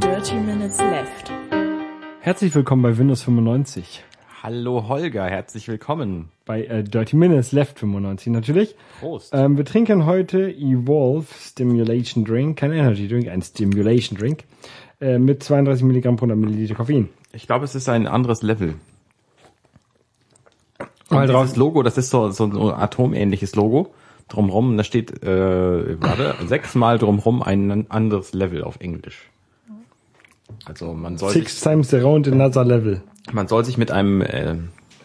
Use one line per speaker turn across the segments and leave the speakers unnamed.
40 minutes left.
Herzlich willkommen bei Windows 95.
Hallo Holger, herzlich willkommen.
Bei äh, Dirty Minutes Left 95 natürlich.
Prost.
Ähm, wir trinken heute Evolve Stimulation Drink, kein Energy Drink, ein Stimulation Drink äh, mit 32 Milligramm pro 100 Milliliter Koffein.
Ich glaube, es ist ein anderes Level.
Mal
Und
drauf.
Dieses Logo, das ist so, so ein atomähnliches Logo. Drumrum, da steht, äh, warte, sechsmal drumrum ein anderes Level auf Englisch. Also man soll,
Six times around another level.
sich, man soll sich mit einem, äh,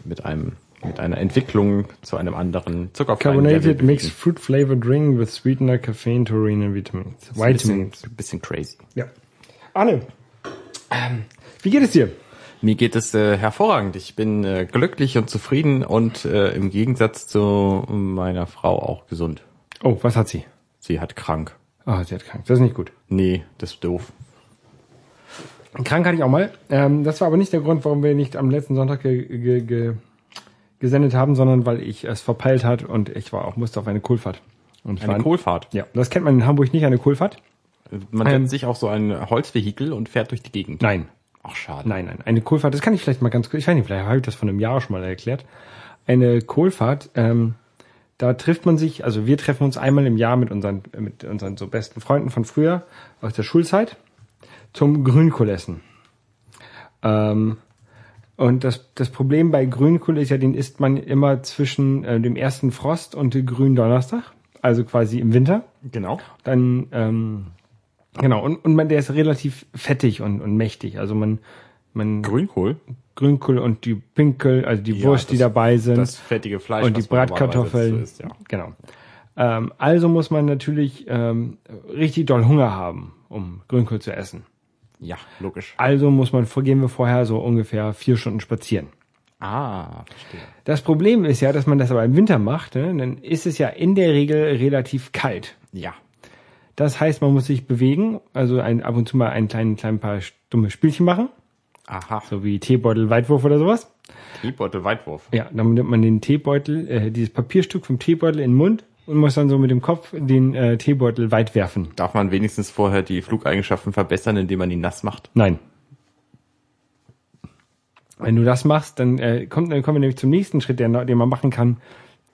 mit einem, mit einer Entwicklung zu einem anderen zuckerfreien Level
Carbonated
bewegen.
mixed fruit flavored drink with sweetener, caffeine, taurine and vitamins.
Ein bisschen,
Vitamins.
bisschen crazy.
Ja. Anne, ähm, wie geht es dir?
Mir geht es äh, hervorragend. Ich bin äh, glücklich und zufrieden und äh, im Gegensatz zu meiner Frau auch gesund.
Oh, was hat sie?
Sie hat krank.
Ah, sie hat krank. Das ist nicht gut.
Nee, das ist doof.
Krank hatte ich auch mal. Ähm, das war aber nicht der Grund, warum wir nicht am letzten Sonntag ge ge ge gesendet haben, sondern weil ich es verpeilt hat und ich war auch musste auf eine Kohlfahrt. Und ich
Eine
war-
Kohlfahrt.
Ja, das kennt man in Hamburg nicht, eine Kohlfahrt.
Man
Ähm.
setzt sich auf so ein Holzvehikel und fährt durch die Gegend.
Nein,
Ach, schade.
nein, nein. Eine Kohlfahrt, das kann ich vielleicht mal ganz kurz, ich weiß nicht, vielleicht habe ich das von einem Jahr schon mal erklärt. Eine Kohlfahrt, ähm, da trifft man sich, also wir treffen uns einmal im Jahr mit unseren, mit unseren so besten Freunden von früher aus der Schulzeit zum Grünkohl essen. Ähm, und das, das Problem bei Grünkohl ist ja, den isst man immer zwischen äh, dem ersten Frost und dem Gründonnerstag, also quasi im Winter
Genau.
dann ähm, genau und, und man, der ist relativ fettig und, und mächtig. Also man man
Grünkohl.
Grünkohl und die Pinkel, also die
Ja,
Wurst, die
das-
dabei sind
Das fettige Fleisch.
und die
was man
Bratkartoffeln.
normalerweise so isst, ja.
Genau. Ähm, also muss man natürlich ähm, richtig doll Hunger haben, um Grünkohl zu essen.
ja, logisch.
Also muss man gehen wir vorher so ungefähr vier Stunden spazieren.
Ah, verstehe.
Das Problem ist ja, dass man das aber im Winter macht, ne? dann ist es ja in der Regel relativ kalt.
Ja.
Das heißt, man muss sich bewegen, also ein, ab und zu mal einen kleinen, kleinen paar dumme Spielchen machen,
Aha. So.
so wie Teebeutel, Weitwurf oder sowas.
Triebeutel, Weitwurf.
Ja, dann nimmt man den Teebeutel, äh, dieses Papierstück vom Teebeutel in den Mund und muss dann so mit dem Kopf den äh, Teebeutel weit werfen.
Darf man wenigstens vorher die Flugeigenschaften verbessern, indem man ihn nass macht?
Nein. Wenn du das machst, dann, äh, kommt, dann kommen wir nämlich zum nächsten Schritt, den, den man machen kann,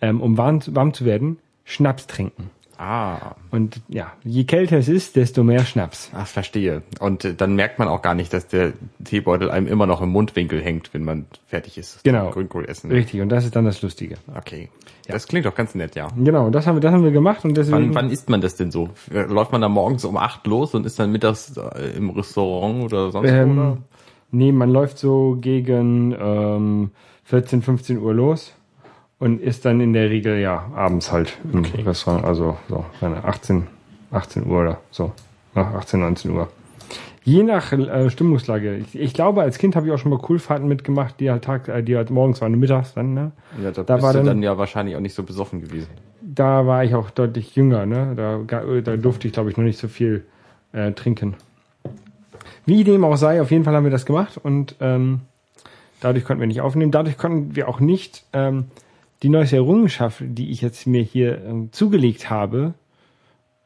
ähm, um warm, zu- warm zu werden, Schnaps trinken.
Ah,
Und ja, je kälter es ist, desto mehr Schnaps.
ach, verstehe. Und äh, dann merkt man auch gar nicht, dass der Teebeutel einem immer noch im Mundwinkel hängt, wenn man fertig ist.
Genau.
Grünkohl essen.
Richtig, und das ist dann das Lustige.
Okay. Das klingt doch ganz nett, ja.
Genau, das haben wir, das haben wir gemacht und deswegen.
Wann, wann isst man das denn so? Läuft man da morgens um acht los und ist dann mittags äh, im Restaurant oder sonst
Ähm,
wo? Oder?
Nee, man läuft so gegen ähm, 14, 15 Uhr los und ist dann in der Regel ja abends halt im Restaurant, also so keine 18, 18 Uhr oder so, nach 18, 19 Uhr. Je nach äh, Stimmungslage. Ich, ich glaube, als Kind habe ich auch schon mal Coolfahrten mitgemacht, die halt, tag, äh, die halt morgens waren und mittags dann. Ne?
Ja, da,
da
bist
war
du
dann-
dann, ja wahrscheinlich auch nicht so besoffen gewesen.
Da war ich auch deutlich jünger. Ne? Da, ga- äh, da durfte ich, glaube ich, noch nicht so viel äh, trinken. Wie dem auch sei, auf jeden Fall haben wir das gemacht und ähm, dadurch konnten wir nicht aufnehmen. Dadurch konnten wir auch nicht ähm, die neueste Errungenschaft, die ich jetzt mir hier ähm, zugelegt habe,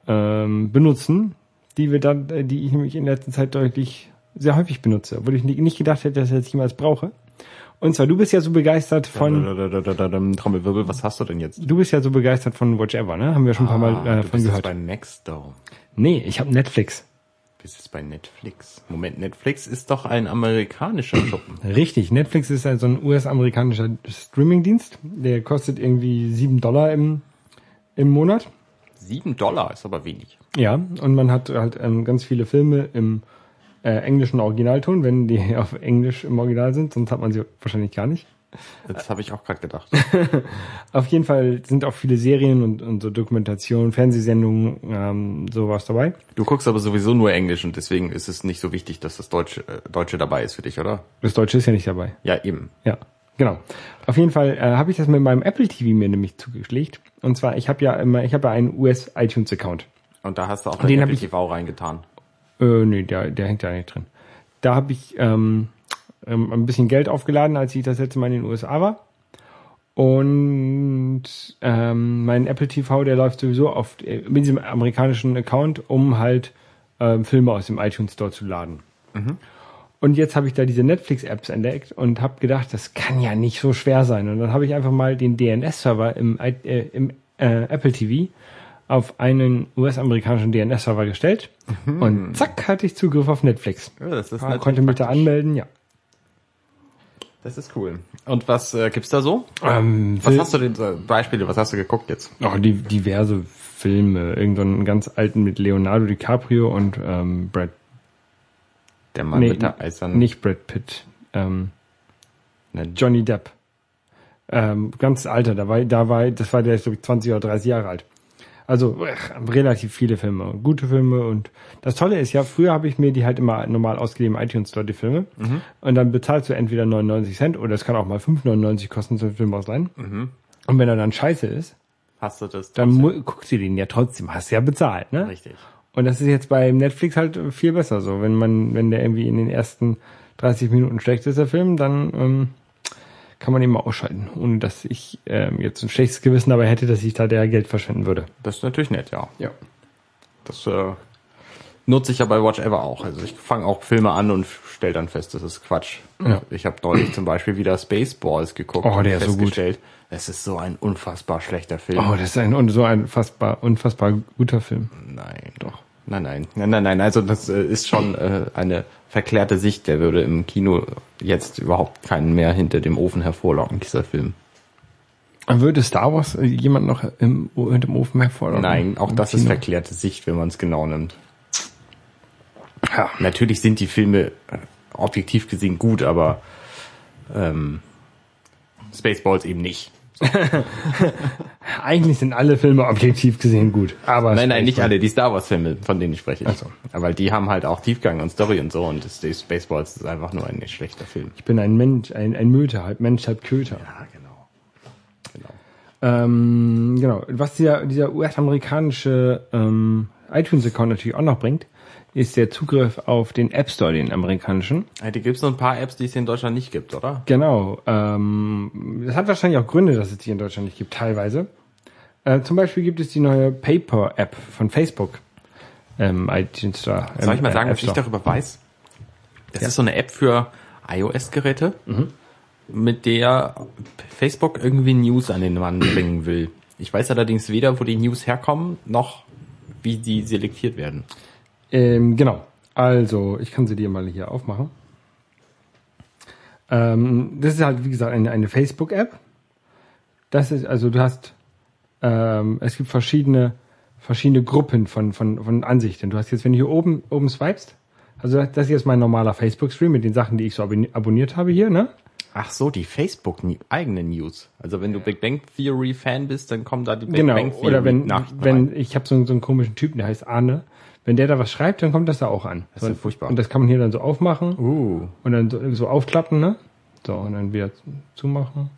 ähm, benutzen, die wir dann, äh, die ich nämlich in letzter Zeit deutlich sehr häufig benutze, obwohl ich ni- nicht gedacht hätte, dass ich das jemals brauche. Und zwar, du bist ja so begeistert von,
Da, da, da, da, da, da, Trommelwirbel, was hast du denn jetzt?
du bist ja so begeistert von Whatever, ne? Haben wir schon ein paar Mal äh,
Ah, du
von
bist jetzt
gehört.
bei Max Dome.
Nee, ich habe Netflix.
Bist jetzt bei Netflix. Moment, Netflix ist doch ein amerikanischer Schuppen.
Richtig, Netflix ist ja so ein US-amerikanischer Streamingdienst. Der kostet irgendwie 7 Dollar im, im Monat.
Sieben Dollar ist aber wenig.
Ja, und man hat halt ähm, ganz viele Filme im äh, englischen Originalton, wenn die auf Englisch im Original sind, sonst hat man sie wahrscheinlich gar nicht.
Das habe ich auch gerade gedacht.
Auf jeden Fall sind auch viele Serien und, und so Dokumentationen, Fernsehsendungen, ähm, sowas dabei.
Du guckst aber sowieso nur Englisch und deswegen ist es nicht so wichtig, dass das Deutsche, äh, Deutsche dabei ist für dich, oder?
Das Deutsche ist ja nicht dabei.
Ja, eben.
Ja, genau. Auf jeden Fall äh, habe ich das mit meinem Apple TV mir nämlich zugeschlägt. Und zwar, ich habe ja immer, ich habe ja einen US iTunes Account.
Und da hast du auch
Den
den
hab
Apple
ich-
TV reingetan.
Äh, nee, der, der hängt da nicht drin. Da habe ich ähm, ähm, ein bisschen Geld aufgeladen, als ich das letzte Mal in den USA war. Und ähm, mein Apple TV, der läuft sowieso auf äh, mit diesem amerikanischen Account, um halt ähm, Filme aus dem iTunes Store zu laden. Und jetzt habe ich da diese Netflix-Apps entdeckt und habe gedacht, das kann ja nicht so schwer sein. Und dann habe ich einfach mal den DNS-Server im, I- äh, im äh, Apple TV auf einen US-amerikanischen DNS-Server gestellt und zack hatte ich Zugriff auf Netflix.
Mhm. Ja, das
Man
ist natürlich
konnte mich da
praktisch.
anmelden, ja.
Das ist cool. Und was äh, gibt's da so?
Ähm,
Was hast du denn so Beispiele? Was hast du geguckt jetzt?
Auch die, diverse Filme, irgendeinen ganz alten mit Leonardo DiCaprio und ähm, Brad
Der Mann
Nee,
mit der eisernen.
nicht Brad Pitt, ähm,
Ne,
Johnny Depp. Ähm, ganz alter, da war, da war, das war der ich glaube, 20 oder 30 Jahre alt. Also ach, relativ viele Filme, und gute Filme und das Tolle ist ja, früher habe ich mir die halt immer normal ausgegeben, iTunes Store die Filme
Mhm.
und dann bezahlst du entweder 99 Cent oder es kann auch mal 5,99 kosten zum Film ausleihen und wenn er dann scheiße ist,
Hast du das?
dann
Mhm. trotzdem?
mu- guckst du den ja trotzdem, hast ja bezahlt, ne?
Richtig.
Und das ist jetzt bei Netflix halt viel besser so. Wenn man, wenn der irgendwie in den ersten 30 Minuten schlecht ist, der Film, dann ähm, kann man ihn mal ausschalten, ohne dass ich ähm, jetzt ein schlechtes Gewissen dabei hätte, dass ich da der Geld verschwenden würde.
Das ist natürlich nett, ja.
Ja.
Das äh, nutze ich ja bei Watch Ever auch. Also ich fange auch Filme an und stelle dann fest, das ist Quatsch.
Ja.
Ich habe neulich zum Beispiel wieder Spaceballs geguckt.
Oh,
und
der ist so gut.
festgestellt, Es ist so ein unfassbar schlechter Film.
Oh, das ist ein und so ein fassbar, unfassbar guter Film.
Nein, doch. Nein, nein, nein, nein, nein. Also das äh, ist schon äh, eine verklärte Sicht. Der würde im Kino jetzt überhaupt keinen mehr hinter dem Ofen hervorlocken, dieser Film.
Würde Star Wars jemand noch im, im Ofen hervorlocken?
Nein, auch
Im
das ist
Kino?
verklärte Sicht, wenn man es genau nimmt.
Ja.
Natürlich sind die Filme äh, objektiv gesehen gut, aber ähm, Spaceballs eben nicht.
Eigentlich sind alle Filme objektiv gesehen gut. Aber halt,
Nein, nein, nicht alle, die Star Wars-Filme, von denen ich spreche.
Ach so.
Weil die haben halt auch Tiefgang und Story und so und das- die Spaceballs ist einfach nur ein nicht schlechter Film.
Ich bin ein Mensch, ein, ein Möter, halb Mensch, halb Köter.
Ja, genau. genau.
Ähm, genau. Was dieser, dieser US-amerikanische ähm, iTunes-Account natürlich auch noch bringt, ist der Zugriff auf den App Store, den amerikanischen.
Da gibt es noch ein paar Apps, die es hier in Deutschland nicht gibt, oder?
Genau. Ähm, das hat wahrscheinlich auch Gründe, dass es die in Deutschland nicht gibt, teilweise. Äh, zum Beispiel gibt es die neue Paper-App von Facebook. Ähm, iTunes Store. Ähm,
Soll ich mal
äh,
sagen,
App
was ich
Store.
darüber weiß? Das ist so eine App für iOS-Geräte, mit der Facebook irgendwie News an den Mann bringen will. Ich weiß allerdings weder, wo die News herkommen, noch wie die selektiert werden.
Ähm, genau. Also, ich kann sie dir mal hier aufmachen. Ähm, das ist halt, wie gesagt, eine, eine Facebook-App. Das ist, also du hast, ähm, es gibt verschiedene, verschiedene Gruppen von, von, von Ansichten. Du hast jetzt, wenn du hier oben, oben swipest, also das das ist jetzt mein normaler Facebook-Stream mit den Sachen, die ich so abon- abonniert habe hier, ne?
Ach so, die Facebook-eigenen News. Also wenn du Big Bang Theory-Fan bist, dann kommen da die Big
Genau.
Bang
Oder wenn,
Theory-Nachrichten rein.
wenn, ich habe so, einen- so einen komischen Typen, der heißt Arne. Wenn der da was schreibt, dann kommt das da auch an.
Das ist ja furchtbar.
Und das kann man hier dann so aufmachen.
Uh,
Und dann so, so aufklappen, ne? So, und dann wieder zumachen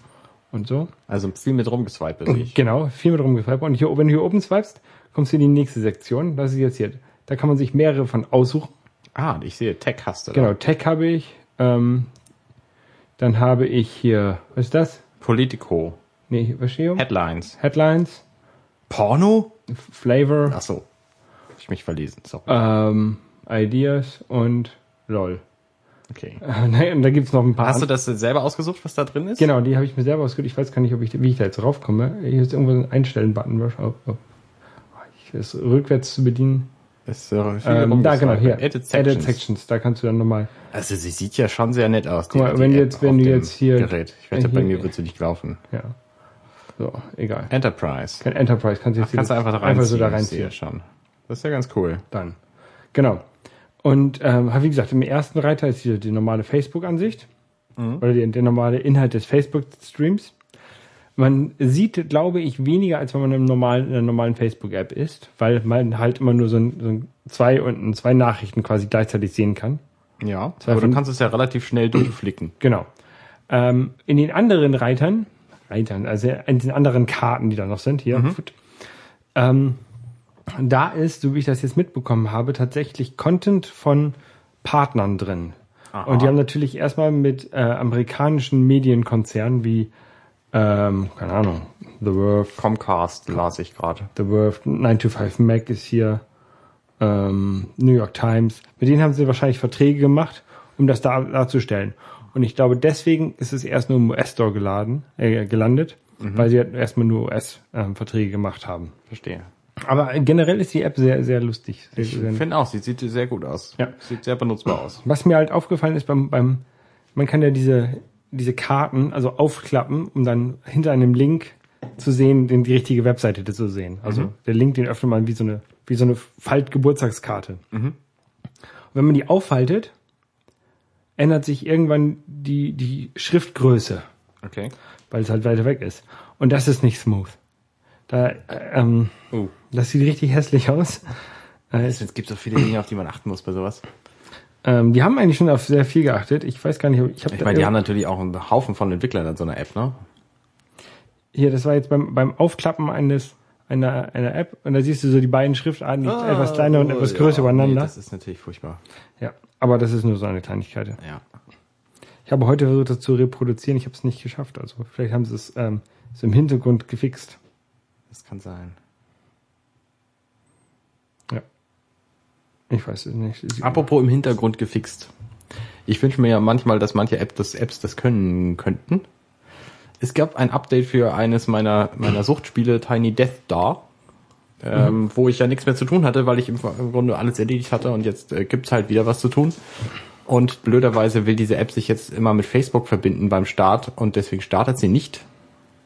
und so.
also viel mit rumgeswiped sehe ich.
Genau, viel mit rumgeswiped. Und hier, wenn du hier oben swipest, kommst du in die nächste Sektion. Das ist jetzt hier. Da kann man sich mehrere von aussuchen.
Ah, ich sehe, Tech hast du da.
Genau, Tech habe ich. Ähm, dann habe ich hier, was ist das?
Politico,
Nee, Verstehung?
Headlines.
Headlines,
Porno?
Flavor,
Ach so. Hab ich mich verlesen, sorry.
ähm, Ideas und LOL.
Okay.
Nein, und da gibt's noch ein paar.
Hast du das selber ausgesucht, was da drin ist?
Genau, die habe ich mir selber ausgesucht. Ich weiß gar nicht, ob ich, wie ich da jetzt raufkomme. Hier ist irgendwo ein Einstellen-Button. Mal schauen, ob- ob- Ich das rückwärts zu bedienen.
Ist, äh, viel
Ähm, da genau, hier.
Edit Sections.
Da kannst du dann nochmal.
Also sie sieht ja schon sehr nett aus.
Guck mal, wenn du jetzt- wenn
auf
du
dem
jetzt hier- äh,
Gerät. Ich wette, bei
hier-
mir wird sie nicht laufen.
Ja. So, egal.
Enterprise.
Kein Enterprise. Kannst du jetzt hier
Äh, Kannst du
das-
einfach da reinziehen.
einfach so da
ich sehe
reinziehen.
ja schon. Das ist ja ganz cool.
Dann. Genau. Und ähm, wie gesagt, im ersten Reiter ist hier die normale Facebook-Ansicht oder die, der normale Inhalt des Facebook-Streams. Man sieht, glaube ich, weniger, als wenn man im normalen, in der normalen Facebook-App ist, weil man halt immer nur so, ein, so ein zwei und ein, zwei Nachrichten quasi gleichzeitig sehen kann.
Ja. Aber du
von-
kannst es ja relativ schnell durchflicken.
Genau. Ähm, in den anderen Reitern, Reitern, also in den anderen Karten, die da noch sind, hier, gut, ähm, da ist, so wie ich das jetzt mitbekommen habe, tatsächlich Content von Partnern drin. Und die haben natürlich erstmal mit äh, amerikanischen Medienkonzernen wie, ähm, keine Ahnung, The Verve,
Comcast las ich gerade.
The Verve, 9 to 5 Mac ist hier ähm, New York Times. Mit denen haben sie wahrscheinlich Verträge gemacht, um das da, darzustellen. Und ich glaube, deswegen ist es erst nur im US-Store geladen, äh, gelandet, weil sie halt erstmal nur US-Verträge gemacht haben.
Verstehe.
Aber generell ist die App sehr, sehr lustig. Sehr, sehr
Ich finde auch, sie sieht sehr gut aus.
Ja.
Sieht sehr benutzbar aus.
Was mir halt aufgefallen ist beim, beim man kann ja diese, diese Karten also aufklappen, um dann hinter einem Link zu sehen, den, die richtige Webseite zu sehen. Also
Mhm.
der Link, den öffnet man wie so eine, wie so eine Faltgeburtstagskarte.
Mhm.
Und wenn man die aufhaltet, ändert sich irgendwann die, die Schriftgröße,
Okay.
weil es halt weiter weg ist. Und das ist nicht smooth. Da, äh, ähm,
Oh.
das sieht richtig hässlich aus. Äh, es
Es gibt so viele Dinge, auf die man achten muss bei sowas.
Ähm, die haben eigentlich schon auf sehr viel geachtet. Ich weiß gar nicht, ob ich habe
Ich meine, die haben natürlich auch einen Haufen von Entwicklern an so einer App, ne?
hier, das war jetzt beim, beim Aufklappen eines einer, einer App und da siehst du so die beiden Schriftarten, die etwas kleiner und etwas größer
Oh, Nee,
übereinander.
das ist natürlich furchtbar.
ja, aber das ist nur so eine Kleinigkeit. ja.
Ja.
Ich habe heute versucht, das zu reproduzieren, ich habe es nicht geschafft. Also vielleicht haben sie es ähm, so im Hintergrund gefixt.
Das kann sein.
Ja. Ich weiß es nicht. Sie-
Apropos im Hintergrund gefixt. Ich wünsche mir ja manchmal, dass manche App das, Apps das können könnten. Es gab ein Update für eines meiner, meiner Suchtspiele, Tiny Death Star, ähm, wo ich ja nichts mehr zu tun hatte, weil ich im, im Grunde alles erledigt hatte und jetzt äh, gibt's halt wieder was zu tun. Und blöderweise will diese App sich jetzt immer mit Facebook verbinden beim Start und deswegen startet sie nicht,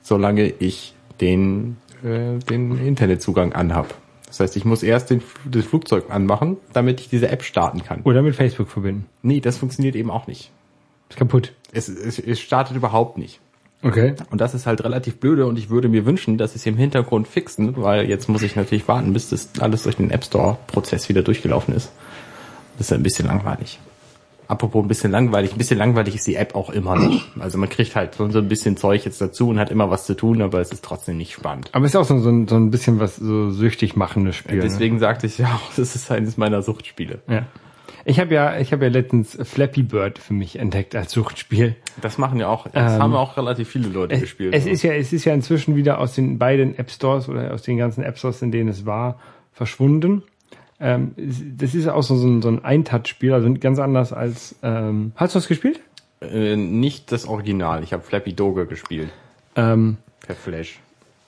solange ich den, äh, den Internetzugang anhab. Das heißt, ich muss erst den, Fl- das Flugzeug anmachen, damit ich diese App starten kann.
Oder mit Facebook verbinden.
Nee, das funktioniert eben auch nicht.
Ist kaputt.
Es, es, es startet überhaupt nicht.
Okay.
Und das ist halt relativ blöde und ich würde mir wünschen, dass sie es im Hintergrund fixen, weil jetzt muss ich natürlich warten, bis das alles durch den App Store-Prozess wieder durchgelaufen ist. Das ist ein bisschen langweilig. Apropos ein bisschen langweilig, ein bisschen langweilig ist die App auch immer noch. Also man kriegt halt so ein bisschen Zeug jetzt dazu und hat immer was zu tun, aber es ist trotzdem nicht spannend.
Aber ist ja auch so, so, ein- so ein bisschen was so süchtig machendes Spiel. ne?
Deswegen sagte ich ja auch, das ist eines meiner Suchtspiele.
Ja. Ich habe ja, ich habe ja letztens Flappy Bird für mich entdeckt als Suchtspiel.
Das machen ja auch, das haben auch relativ viele Leute
Es,
gespielt.
Äh, es ist ja, es ist ja inzwischen wieder aus den beiden App Stores oder aus den ganzen App Stores, in denen es war, verschwunden. Ähm, es- das ist auch so, so ein, so ein Eintouch-Spiel, also ganz anders als. Ähm, hast du das gespielt?
äh, nicht das Original. Ich habe Flappy Doge gespielt.
Ähm,
Per Flash.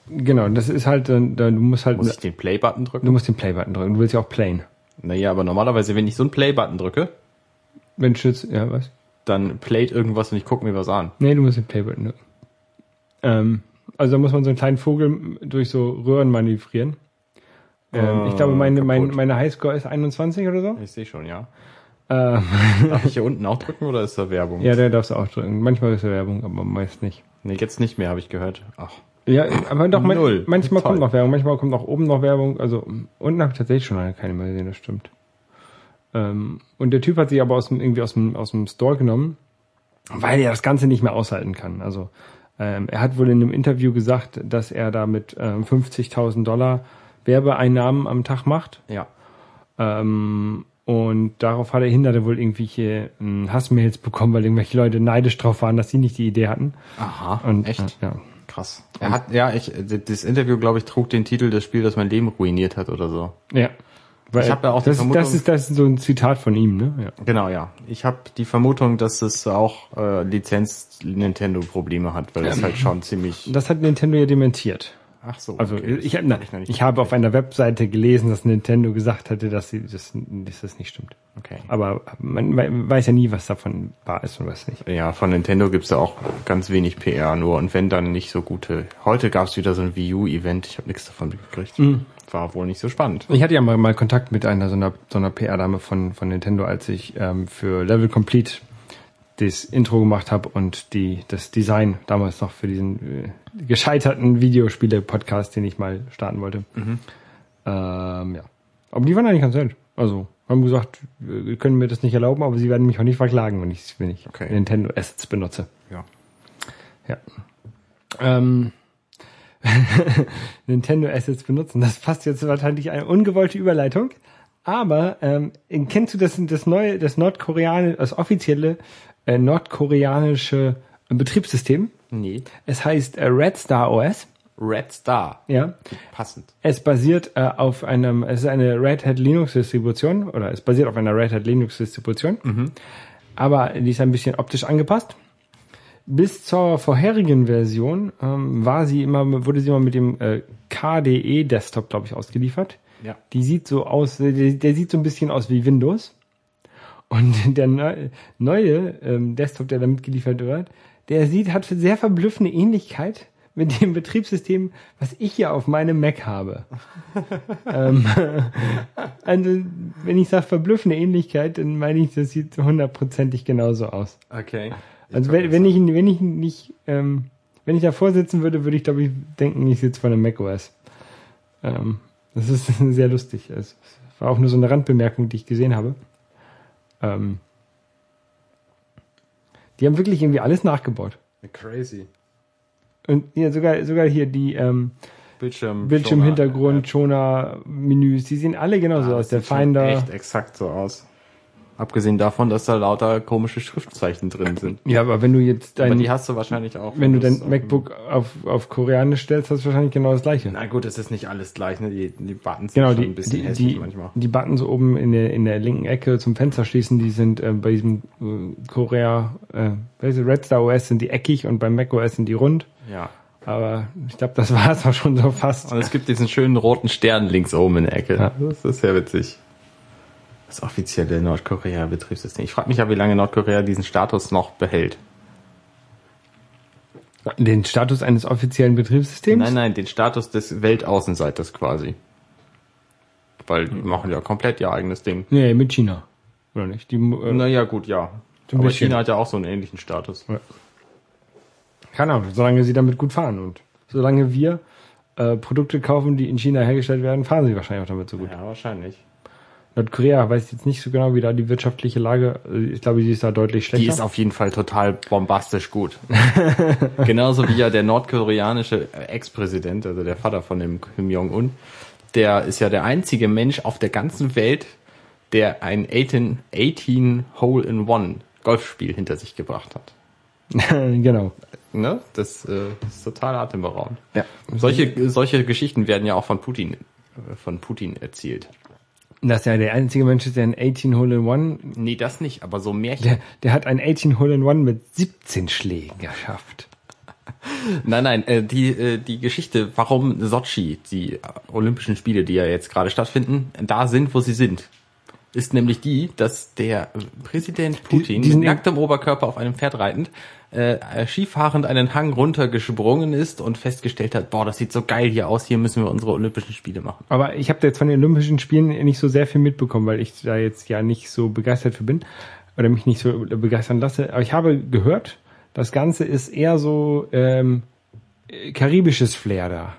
genau, das ist halt, äh, da- du musst halt,
Muss ich den Play-Button drücken?
du musst den Play-Button drücken. Du willst ja auch playen.
Naja, aber normalerweise, wenn ich so einen Play-Button drücke,
Wenn Schütz, ja was?
dann playt irgendwas und ich gucke mir was an.
Nee, du musst den Play-Button drücken. Ähm, also da muss man so einen kleinen Vogel durch so Röhren manövrieren. Ähm, ich glaube, meine, mein,
Ah, kaputt.
meine Highscore ist 21 oder so.
Ich sehe schon, ja.
Ähm,
Darf ich hier unten auch drücken oder ist da Werbung?
ja, da darfst du auch drücken. Manchmal ist ja Werbung, aber meist nicht.
Nee, jetzt nicht mehr, habe ich gehört. Ach.
Ja, aber doch, man,
Null.
manchmal
Toll.
kommt noch Werbung, manchmal kommt auch oben noch Werbung. Also unten habe ich tatsächlich schon lange keine mehr gesehen, das stimmt. Ähm, und der Typ hat sie aber aus dem, irgendwie aus dem, aus dem Store genommen, weil er das Ganze nicht mehr aushalten kann. Also ähm, er hat wohl in einem Interview gesagt, dass er da mit ähm, 50.000 Dollar Werbeeinnahmen am Tag macht.
Ja.
Ähm, und darauf hat er hinderte wohl irgendwelche ähm, Hassmails bekommen, weil irgendwelche Leute neidisch drauf waren, dass sie nicht die Idee hatten.
Aha.
Und
echt?
Äh, ja.
Krass. Er hat, ja, ich, äh, das Interview, glaube ich, trug den Titel des Spiels, das mein Leben ruiniert hat oder so.
Ja. Weil
Ich hab ja auch die
das,
Vermutung-
das, ist, das ist so ein Zitat von ihm, ne? Ja.
Genau, ja. Ich habe die Vermutung, dass es auch äh, Lizenz-Nintendo-Probleme hat, weil das halt schon ziemlich...
Das hat Nintendo ja dementiert.
Ach so.
Also
okay.
ich, na,
hab
ich,
noch nicht.
habe auf einer Webseite gelesen, dass Nintendo gesagt hatte, dass, sie, dass, dass das nicht stimmt.
Okay.
Aber man we- weiß ja nie, was davon wahr ist und was nicht.
Ja, von Nintendo gibt's ja auch ganz wenig PR nur und wenn dann nicht so gute. Heute gab's wieder so ein Wii U-Event, ich habe nichts davon mitgekriegt. War wohl nicht so spannend.
Ich hatte ja mal, mal Kontakt mit einer so einer, so einer PR-Dame von, von Nintendo, als ich ähm, für Level Complete das Intro gemacht habe und die, das Design damals noch für diesen äh, gescheiterten Videospiele-Podcast, den ich mal starten wollte. Ähm, ja. Aber die waren eigentlich ganz nett. Also haben gesagt, wir können mir das nicht erlauben, aber sie werden mich auch nicht verklagen, wenn ich, wenn ich
Okay.
Nintendo Assets benutze.
Ja.
Ja. Ähm, Nintendo Assets benutzen. Das passt jetzt wahrscheinlich eine ungewollte Überleitung. Aber ähm, kennst du das, das neue, das nordkoreanische, das offizielle äh, nordkoreanische Betriebssystem?
Nee.
Es heißt äh, Red Star OS.
Red Star.
Ja.
Passend.
Es basiert äh, auf einem, es ist eine Red Hat Linux Distribution oder es basiert auf einer Red Hat Linux Distribution, aber die ist ein bisschen optisch angepasst. Bis zur vorherigen Version ähm, war sie immer, wurde sie immer mit dem äh, KDE Desktop, glaube ich, ausgeliefert.
Ja.
Die sieht so aus, der, der sieht so ein bisschen aus wie Windows. Und der neu- neue ähm, Desktop, der damit geliefert wird, der sieht, hat sehr verblüffende Ähnlichkeit mit dem Betriebssystem, was ich hier auf meinem Mac habe. ähm, also, wenn ich sage verblüffende Ähnlichkeit, dann meine ich, das sieht hundertprozentig genauso aus.
Okay.
Also wenn, wenn ich wenn ich nicht ähm, wenn ich davor sitzen würde, würde ich glaube ich denken, ich sitze vor einem macOS. Ähm, das ist sehr lustig. Es war auch nur so eine Randbemerkung, die ich gesehen habe. Ähm, die haben wirklich irgendwie alles nachgebaut.
Crazy.
Und ja, sogar sogar hier die ähm,
Bildschirm.
Bildschirmhintergrund, Schoner, Menüs, die sehen alle genauso aus. Der Finder.
Echt exakt so aus. Abgesehen davon, dass da lauter komische Schriftzeichen drin sind.
Ja, aber wenn du jetzt
Aber
dein
die hast du wahrscheinlich auch.
wenn du
Das
dein
ist auch-
MacBook auf, auf Koreanisch stellst, hast du wahrscheinlich genau das gleiche.
Na gut, es ist nicht alles gleich, ne? Die, die Buttons
Genau,
sind schon
die,
ein bisschen
die,
hässlich
die,
manchmal.
die Buttons oben in der, in der linken Ecke zum Fenster schließen, die sind äh, bei diesem äh, Korea, äh, bei diesem Red Star OS sind die eckig und beim Mac OS sind die rund.
Ja.
Aber ich glaube, das war es auch schon so fast.
Und es gibt diesen schönen roten Stern links oben in der Ecke.
Ja.
Das ist sehr witzig. Das offizielle Nordkorea-Betriebssystem. Ich frage mich ja, wie lange Nordkorea diesen Status noch behält.
Den Status eines offiziellen Betriebssystems?
Nein, nein, den Status des Weltaußenseiters quasi. Weil
Hm.
die machen ja komplett ihr eigenes Ding.
Nee, mit China. Oder nicht? Die, äh,
Naja, gut, ja.
Ein
Aber
bisschen.
China hat ja auch so einen ähnlichen Status.
keine Ahnung, solange sie damit gut fahren. Und solange wir äh, Produkte kaufen, die in China hergestellt werden, fahren sie wahrscheinlich auch damit so gut.
Ja, wahrscheinlich.
Nordkorea weiß ich jetzt nicht so genau, wie da die wirtschaftliche Lage, äh, ich glaube, sie ist da deutlich schlechter.
Die ist auf jeden Fall total bombastisch gut. Genauso wie ja der nordkoreanische Ex-Präsident, also der Vater von dem Kim Jong-un, der ist ja der einzige Mensch auf der ganzen Welt, der ein 18, 18 Hole-in-One Golfspiel hinter sich gebracht hat.
genau.
Ne? Das äh, ist total atemberaubend.
Ja.
Solche, solche Geschichten werden ja auch von Putin, äh, von Putin erzielt.
Das ist ja der einzige Mensch, ist, der ein 18 Hole in One,
Nee, das nicht, aber so Märchen.
der, der hat ein 18 Hole in One mit 17 Schlägen geschafft.
Nein, nein, äh, die, äh, die Geschichte, warum Sochi, die äh, Olympischen Spiele, die ja jetzt gerade stattfinden, da sind, wo sie sind, ist nämlich die, dass der äh, Präsident Putin
die sind
mit nacktem Oberkörper auf einem Pferd reitend, äh, äh, skifahrend einen Hang runtergesprungen ist und festgestellt hat, boah, das sieht so geil hier aus, hier müssen wir unsere Olympischen Spiele machen.
Aber ich habe jetzt von den Olympischen Spielen nicht so sehr viel mitbekommen, weil ich da jetzt ja nicht so begeistert für bin oder mich nicht so begeistern lasse. Aber ich habe gehört, das Ganze ist eher so ähm, äh, karibisches Flair da,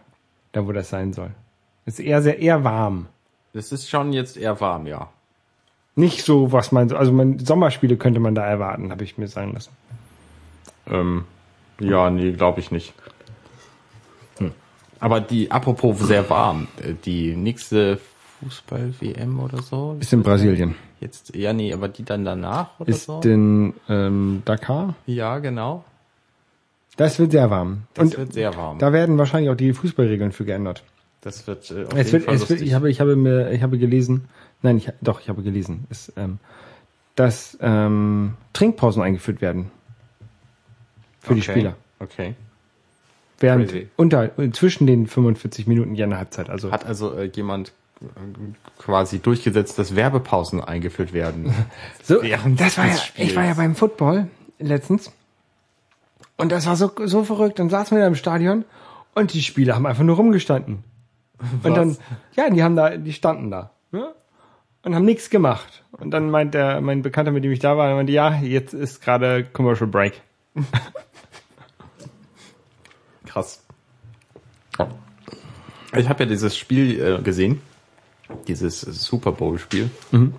da wo das sein soll. Ist eher sehr eher warm.
Das ist schon jetzt eher warm, ja.
Nicht so, was man so, also man, Sommerspiele könnte man da erwarten, habe ich mir sagen lassen.
Ähm, ja, nee, glaube ich nicht. Hm. Aber die, apropos sehr warm, äh, die nächste Fußball-WM oder so.
Ist in Brasilien.
Jetzt, ja, nee, aber die dann danach oder
Ist
so?
in ähm, Dakar.
Ja, genau.
Das wird sehr warm.
Das
und
wird sehr warm.
da werden wahrscheinlich auch die Fußballregeln für geändert.
Das wird äh, auf
Es
jeden
wird,
Fall
es wird,
lustig.
ich habe, ich habe mir, ich habe gelesen, nein, ich, doch, ich habe gelesen, ist, ähm, dass ähm, Trinkpausen eingeführt werden für die
Okay.
Spieler.
Okay.
Während
Crazy.
unter zwischen den 45 Minuten jeder Halbzeit. Also
Hat also äh, jemand äh, quasi durchgesetzt, dass Werbepausen eingeführt werden.
so,
während
das war ja,
des Spiels.
ich war ja beim Football letztens und das war so so verrückt. Dann saßen wir da im Stadion und die Spieler haben einfach nur rumgestanden. Und dann, ja, die haben da, die standen da. Ne? Und haben nichts gemacht. Und dann meint der, mein Bekannter, mit dem ich da war, der meinte, ja, jetzt ist gerade Commercial Break.
Krass. Ich habe ja dieses Spiel äh, gesehen, dieses Super Bowl-Spiel. Ähm,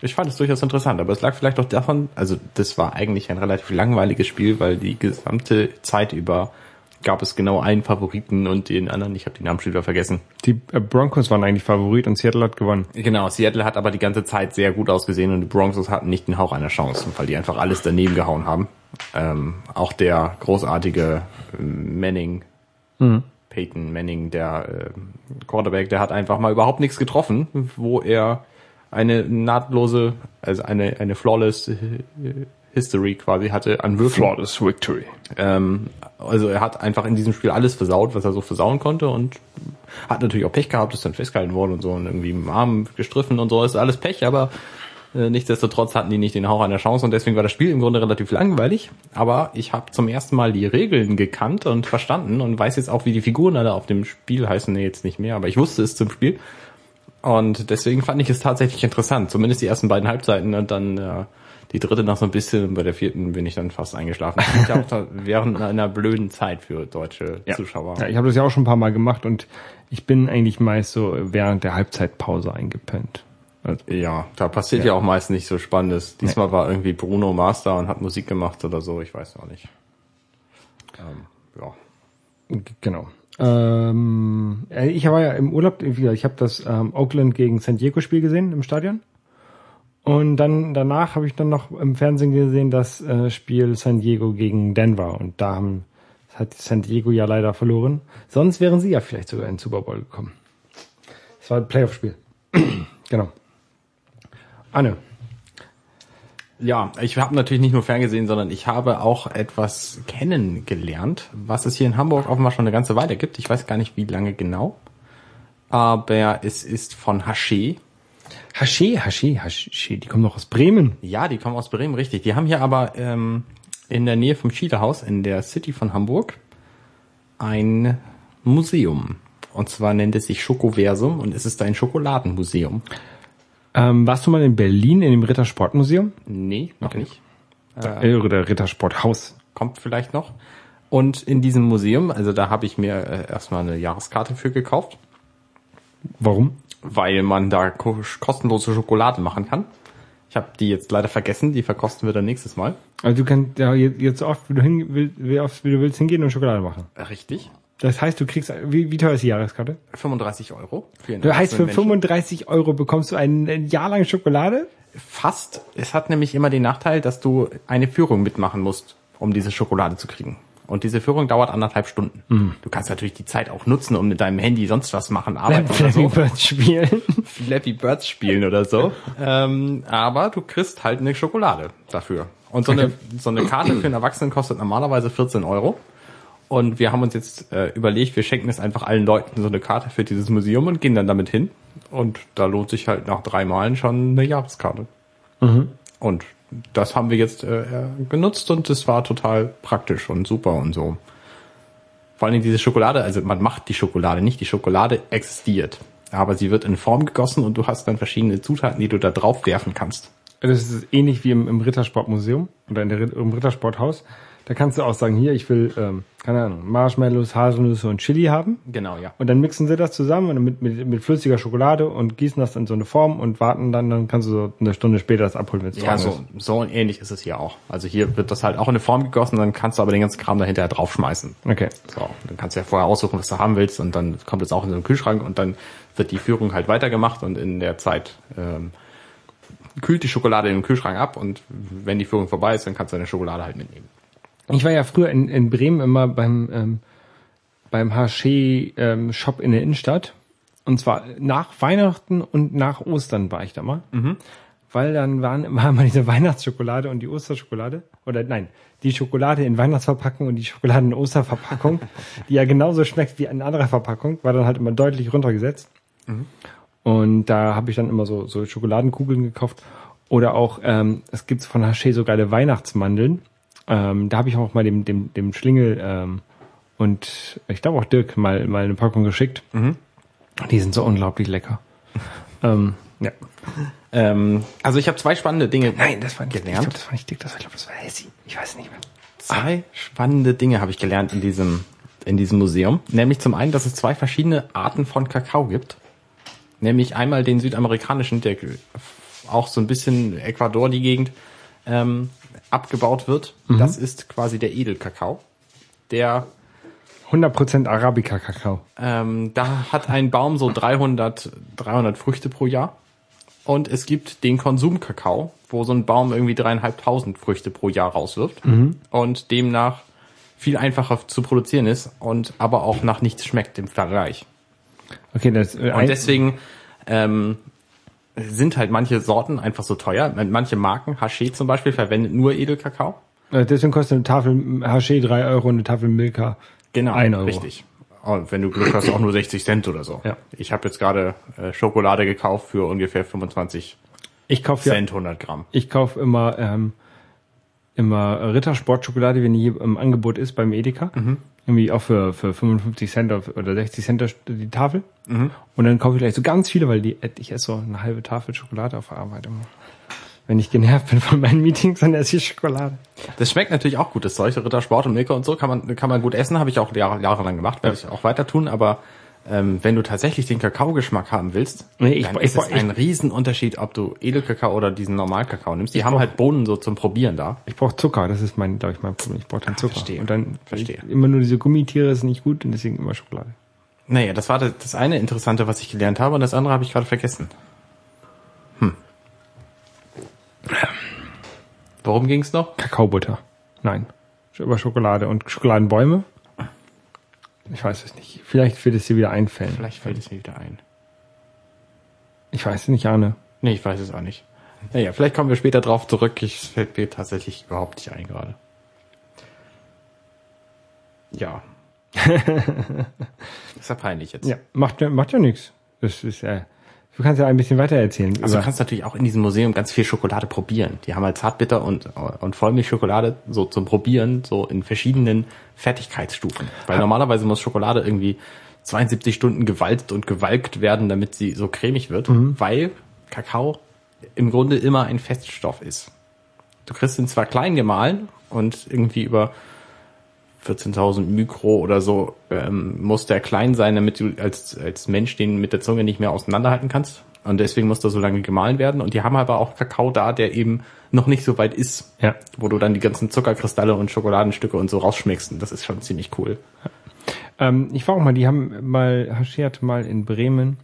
ich fand es durchaus interessant, aber es lag vielleicht auch davon, also das war eigentlich ein relativ langweiliges Spiel, weil die gesamte Zeit über gab es genau einen Favoriten und den anderen, ich habe die Namen schon wieder vergessen.
Die äh, Broncos waren eigentlich Favorit und Seattle hat gewonnen.
Genau, Seattle hat aber die ganze Zeit sehr gut ausgesehen und die Broncos hatten nicht den Hauch einer Chance, weil die einfach alles daneben gehauen haben. Ähm, auch der großartige ähm, äh, Manning Peyton Manning, der äh, Quarterback, der hat einfach mal überhaupt nichts getroffen, wo er eine nahtlose, also eine, eine flawless äh, History quasi hatte an Würfen.
Flawless Victory.
Ähm, also er hat einfach in diesem Spiel alles versaut, was er so versauen konnte und hat natürlich auch Pech gehabt, ist dann festgehalten worden und so und irgendwie im Arm gestriffen und so, ist alles Pech, aber äh, nichtsdestotrotz hatten die nicht den Hauch einer Chance und deswegen war das Spiel im Grunde relativ langweilig, aber ich habe zum ersten Mal die Regeln gekannt und verstanden und weiß jetzt auch, wie die Figuren alle auf dem Spiel heißen, nee, jetzt nicht mehr, aber ich wusste es zum Spiel und deswegen fand ich es tatsächlich interessant, zumindest die ersten beiden Halbzeiten und dann äh, die dritte noch so ein bisschen und bei der vierten bin ich dann fast eingeschlafen. Das ist ja auch da- während einer blöden Zeit für deutsche Zuschauer.
Ja, ich habe das ja auch schon ein paar Mal gemacht und ich bin eigentlich meist so während der Halbzeitpause eingepennt. Also,
Ja, da passiert ja. auch meist nicht so Spannendes. Diesmal war irgendwie Bruno Master und hat Musik gemacht oder so, ich weiß noch nicht. Ähm, ja.
g- genau. Ähm, äh, ich war ja im Urlaub, äh, wie gesagt, ich habe das ähm, Oakland gegen San Diego Spiel gesehen im Stadion. Und dann danach habe ich dann noch im Fernsehen gesehen das äh, Spiel San Diego gegen Denver. Und da haben, das hat San Diego ja leider verloren. Sonst wären sie ja vielleicht sogar in den Super Bowl gekommen. Es war ein Playoff-Spiel. genau. Anne.
Ja, ich habe natürlich nicht nur ferngesehen, sondern ich habe auch etwas kennengelernt, was es hier in Hamburg offenbar schon eine ganze Weile gibt. Ich weiß gar nicht, wie lange genau. Aber es ist von Haché.
Haché, Haché, Haché, die kommen noch aus Bremen.
Ja, die kommen aus Bremen, richtig. Die haben hier aber ähm, in der Nähe vom Schiederhaus in der City von Hamburg ein Museum. Und zwar nennt es sich Schokoversum und es ist ein Schokoladenmuseum.
Ähm, warst du mal in Berlin in dem Rittersportmuseum?
Nee, noch nicht.
Äh, Oder Rittersporthaus.
kommt vielleicht noch. Und in diesem Museum, also da habe ich mir äh, erstmal eine Jahreskarte für gekauft,
Warum?
weil man da ko kostenlose Schokoladen machen kann. Ich habe die jetzt leider vergessen, die verkosten wir dann nächstes Mal.
Also du kannst ja je- jetzt so oft, wie du, hin, will- wie oft wie du willst, hingehen und Schokolade machen.
Richtig.
Das heißt, du kriegst, wie, wie teuer ist die Jahreskarte?
35 Euro. Für einen
Du heißt, für
einzelnen Menschen.
35 Euro bekommst du ein, ein Jahr lang Schokolade?
Fast. Es hat nämlich immer den Nachteil, dass du eine Führung mitmachen musst, um diese Schokolade zu kriegen. Und diese Führung dauert anderthalb Stunden. Du kannst natürlich die Zeit auch nutzen, um mit deinem Handy sonst was machen, arbeiten
Also-
oder so.
Bird spielen.
Flappy Birds spielen oder so. ähm, aber du kriegst halt eine Schokolade dafür. Und so eine, so eine Karte für einen Erwachsenen kostet normalerweise 14 Euro. Und wir haben uns jetzt äh, überlegt, wir schenken es einfach allen Leuten so eine Karte für dieses Museum und gehen dann damit hin. Und da lohnt sich halt nach drei Malen schon eine Jahreskarte. Mhm. Und das haben wir jetzt äh, genutzt und es war total praktisch und super und so. Vor allen Dingen diese Schokolade, also man macht die Schokolade nicht, die Schokolade existiert. Aber sie wird in Form gegossen und du hast dann verschiedene Zutaten, die du da drauf werfen kannst.
Das Also ist ähnlich wie im, im Rittersportmuseum oder in der, Ritt- im Rittersporthaus. Da kannst du auch sagen, hier, ich will, ähm, keine Ahnung, Marshmallows, Haselnüsse und Chili haben.
Genau, ja.
Und dann mixen sie das zusammen und mit, mit, mit flüssiger Schokolade und gießen das in so eine Form und warten dann, dann kannst du so eine Stunde später das abholen, wenn es
Ja,
trocken
so,
ist.
so ähnlich ist es hier auch. Also hier wird das halt auch in eine Form gegossen, dann kannst du aber den ganzen Kram dahinter draufschmeißen.
Okay.
So, dann kannst du ja vorher aussuchen, was du haben willst und dann kommt es auch in so einen Kühlschrank und dann wird die Führung halt weitergemacht und in der Zeit ähm, kühlt die Schokolade im Kühlschrank ab und wenn die Führung vorbei ist, dann kannst du deine Schokolade halt mitnehmen.
Ich war ja früher in, in Bremen immer beim, ähm, beim Haché ähm, Shop in der Innenstadt. Und zwar nach Weihnachten und nach Ostern war ich da mal. Weil dann waren, war immer diese Weihnachtsschokolade und die Osterschokolade. Oder nein, die Schokolade in Weihnachtsverpackung und die Schokolade in Osterverpackung, die ja genauso schmeckt wie in anderer Verpackung, war dann halt immer deutlich runtergesetzt. Und da habe ich dann immer so, so Schokoladenkugeln gekauft. Oder auch, ähm, es gibt von Haché so geile Weihnachtsmandeln. Ähm, da habe ich auch mal dem, dem, dem Schlingel ähm, und ich glaube auch Dirk mal, mal eine Packung geschickt. Die sind so unglaublich lecker. ähm, ja.
Ähm, also ich habe zwei spannende Dinge.
Ich
gelernt.
glaube, das war nicht Dirk, das war, ich glaube, das war Hessi. Ich weiß nicht mehr.
zwei spannende Dinge habe ich gelernt in diesem, in diesem Museum. Nämlich zum einen, dass es zwei verschiedene Arten von Kakao gibt. Nämlich einmal den südamerikanischen, der auch so ein bisschen Ecuador, die Gegend, ähm, abgebaut wird. Das ist quasi der Edelkakao. Der
100% Arabica-Kakao.
ähm, da hat ein Baum so 300, 300 Früchte pro Jahr. Und es gibt den Konsumkakao, wo so ein Baum irgendwie dreieinhalbtausend Früchte pro Jahr rauswirft. Und demnach viel einfacher zu produzieren ist und aber auch nach nichts schmeckt im Vergleich.
Okay, das, äh, ein-
Und deswegen ähm, sind halt manche Sorten einfach so teuer. Manche Marken, Haché zum Beispiel, verwendet nur Edelkakao.
äh, deswegen kostet eine Tafel Haché 3 Euro und eine Tafel Milka.
Genau,
Ein Euro.
richtig. Und wenn du Glück hast, auch nur 60 Cent oder so.
Ja.
Ich habe jetzt gerade äh, Schokolade gekauft für ungefähr 25
Ich kaufe ja,
Cent 100 Gramm.
ich kauf immer, ähm, immer Rittersportschokolade, wenn die hier im Angebot ist beim Edeka. Irgendwie auch für, für 55 Cent auf- oder 60 Cent das- die Tafel. Und dann kaufe ich gleich so ganz viele, weil die, ich esse so eine halbe Tafel Schokolade auf der Arbeit immer. Wenn ich genervt bin von meinen Meetings, dann esse ich Schokolade.
Das schmeckt natürlich auch gut, das Zeug, Rittersport und Milka und so, kann man, kann man gut essen, habe ich auch Jahre, jahrelang gemacht, werde ich auch weiter tun, aber ähm, wenn du tatsächlich den Kakaogeschmack haben willst,
Nee, ich
dann
bra-
ist
ich
es
bra- ich-
ein Riesenunterschied, ob du Edelkakao oder diesen Normalkakao nimmst. Die haben halt Bohnen so zum Probieren da.
Ich brauche Zucker, das ist mein, glaube ich, mein Problem. Ich brauche dann Zucker.
verstehe.
Und dann
Verstehe.
immer nur diese Gummitiere ist nicht gut und deswegen immer Schokolade.
Naja, das war das, das eine Interessante, was ich gelernt habe und das andere habe ich gerade vergessen. Hm. Worum ging's noch?
Kakaobutter. Nein. Über Schokolade und Schokoladenbäume. Ich weiß es nicht. Vielleicht wird es dir wieder einfällen.
Vielleicht fällt es mir wieder ein.
Ich weiß es nicht, Arne.
Nee, ich weiß es auch nicht. Naja, vielleicht kommen wir später drauf zurück. Ich es fällt mir tatsächlich überhaupt nicht ein gerade. Ja. ist ja peinlich jetzt.
Ja, macht, ja- macht ja nichts. Das ist, äh, du kannst ja ein bisschen weiter erzählen.
Also du kannst natürlich auch in diesem Museum ganz viel Schokolade probieren. Die haben halt Zartbitter und, und Vollmilchschokolade so zum Probieren, so in verschiedenen Fertigkeitsstufen. Weil normalerweise muss Schokolade irgendwie 72 Stunden gewalzt und gewalkt werden, damit sie so cremig wird, weil Kakao im Grunde immer ein Feststoff ist. Du kriegst ihn zwar klein gemahlen und irgendwie über 14.000 Mikro oder so ähm, muss der klein sein, damit du als, als Mensch den mit der Zunge nicht mehr auseinanderhalten kannst. Und deswegen muss der so lange gemahlen werden. Und die haben aber auch Kakao da, der eben noch nicht so weit ist,
Ja.
wo du dann die ganzen Zuckerkristalle und Schokoladenstücke und so rausschmeckst. Und das ist schon ziemlich cool.
Ähm, ich war auch mal, die haben mal, Haché hat mal in Bremen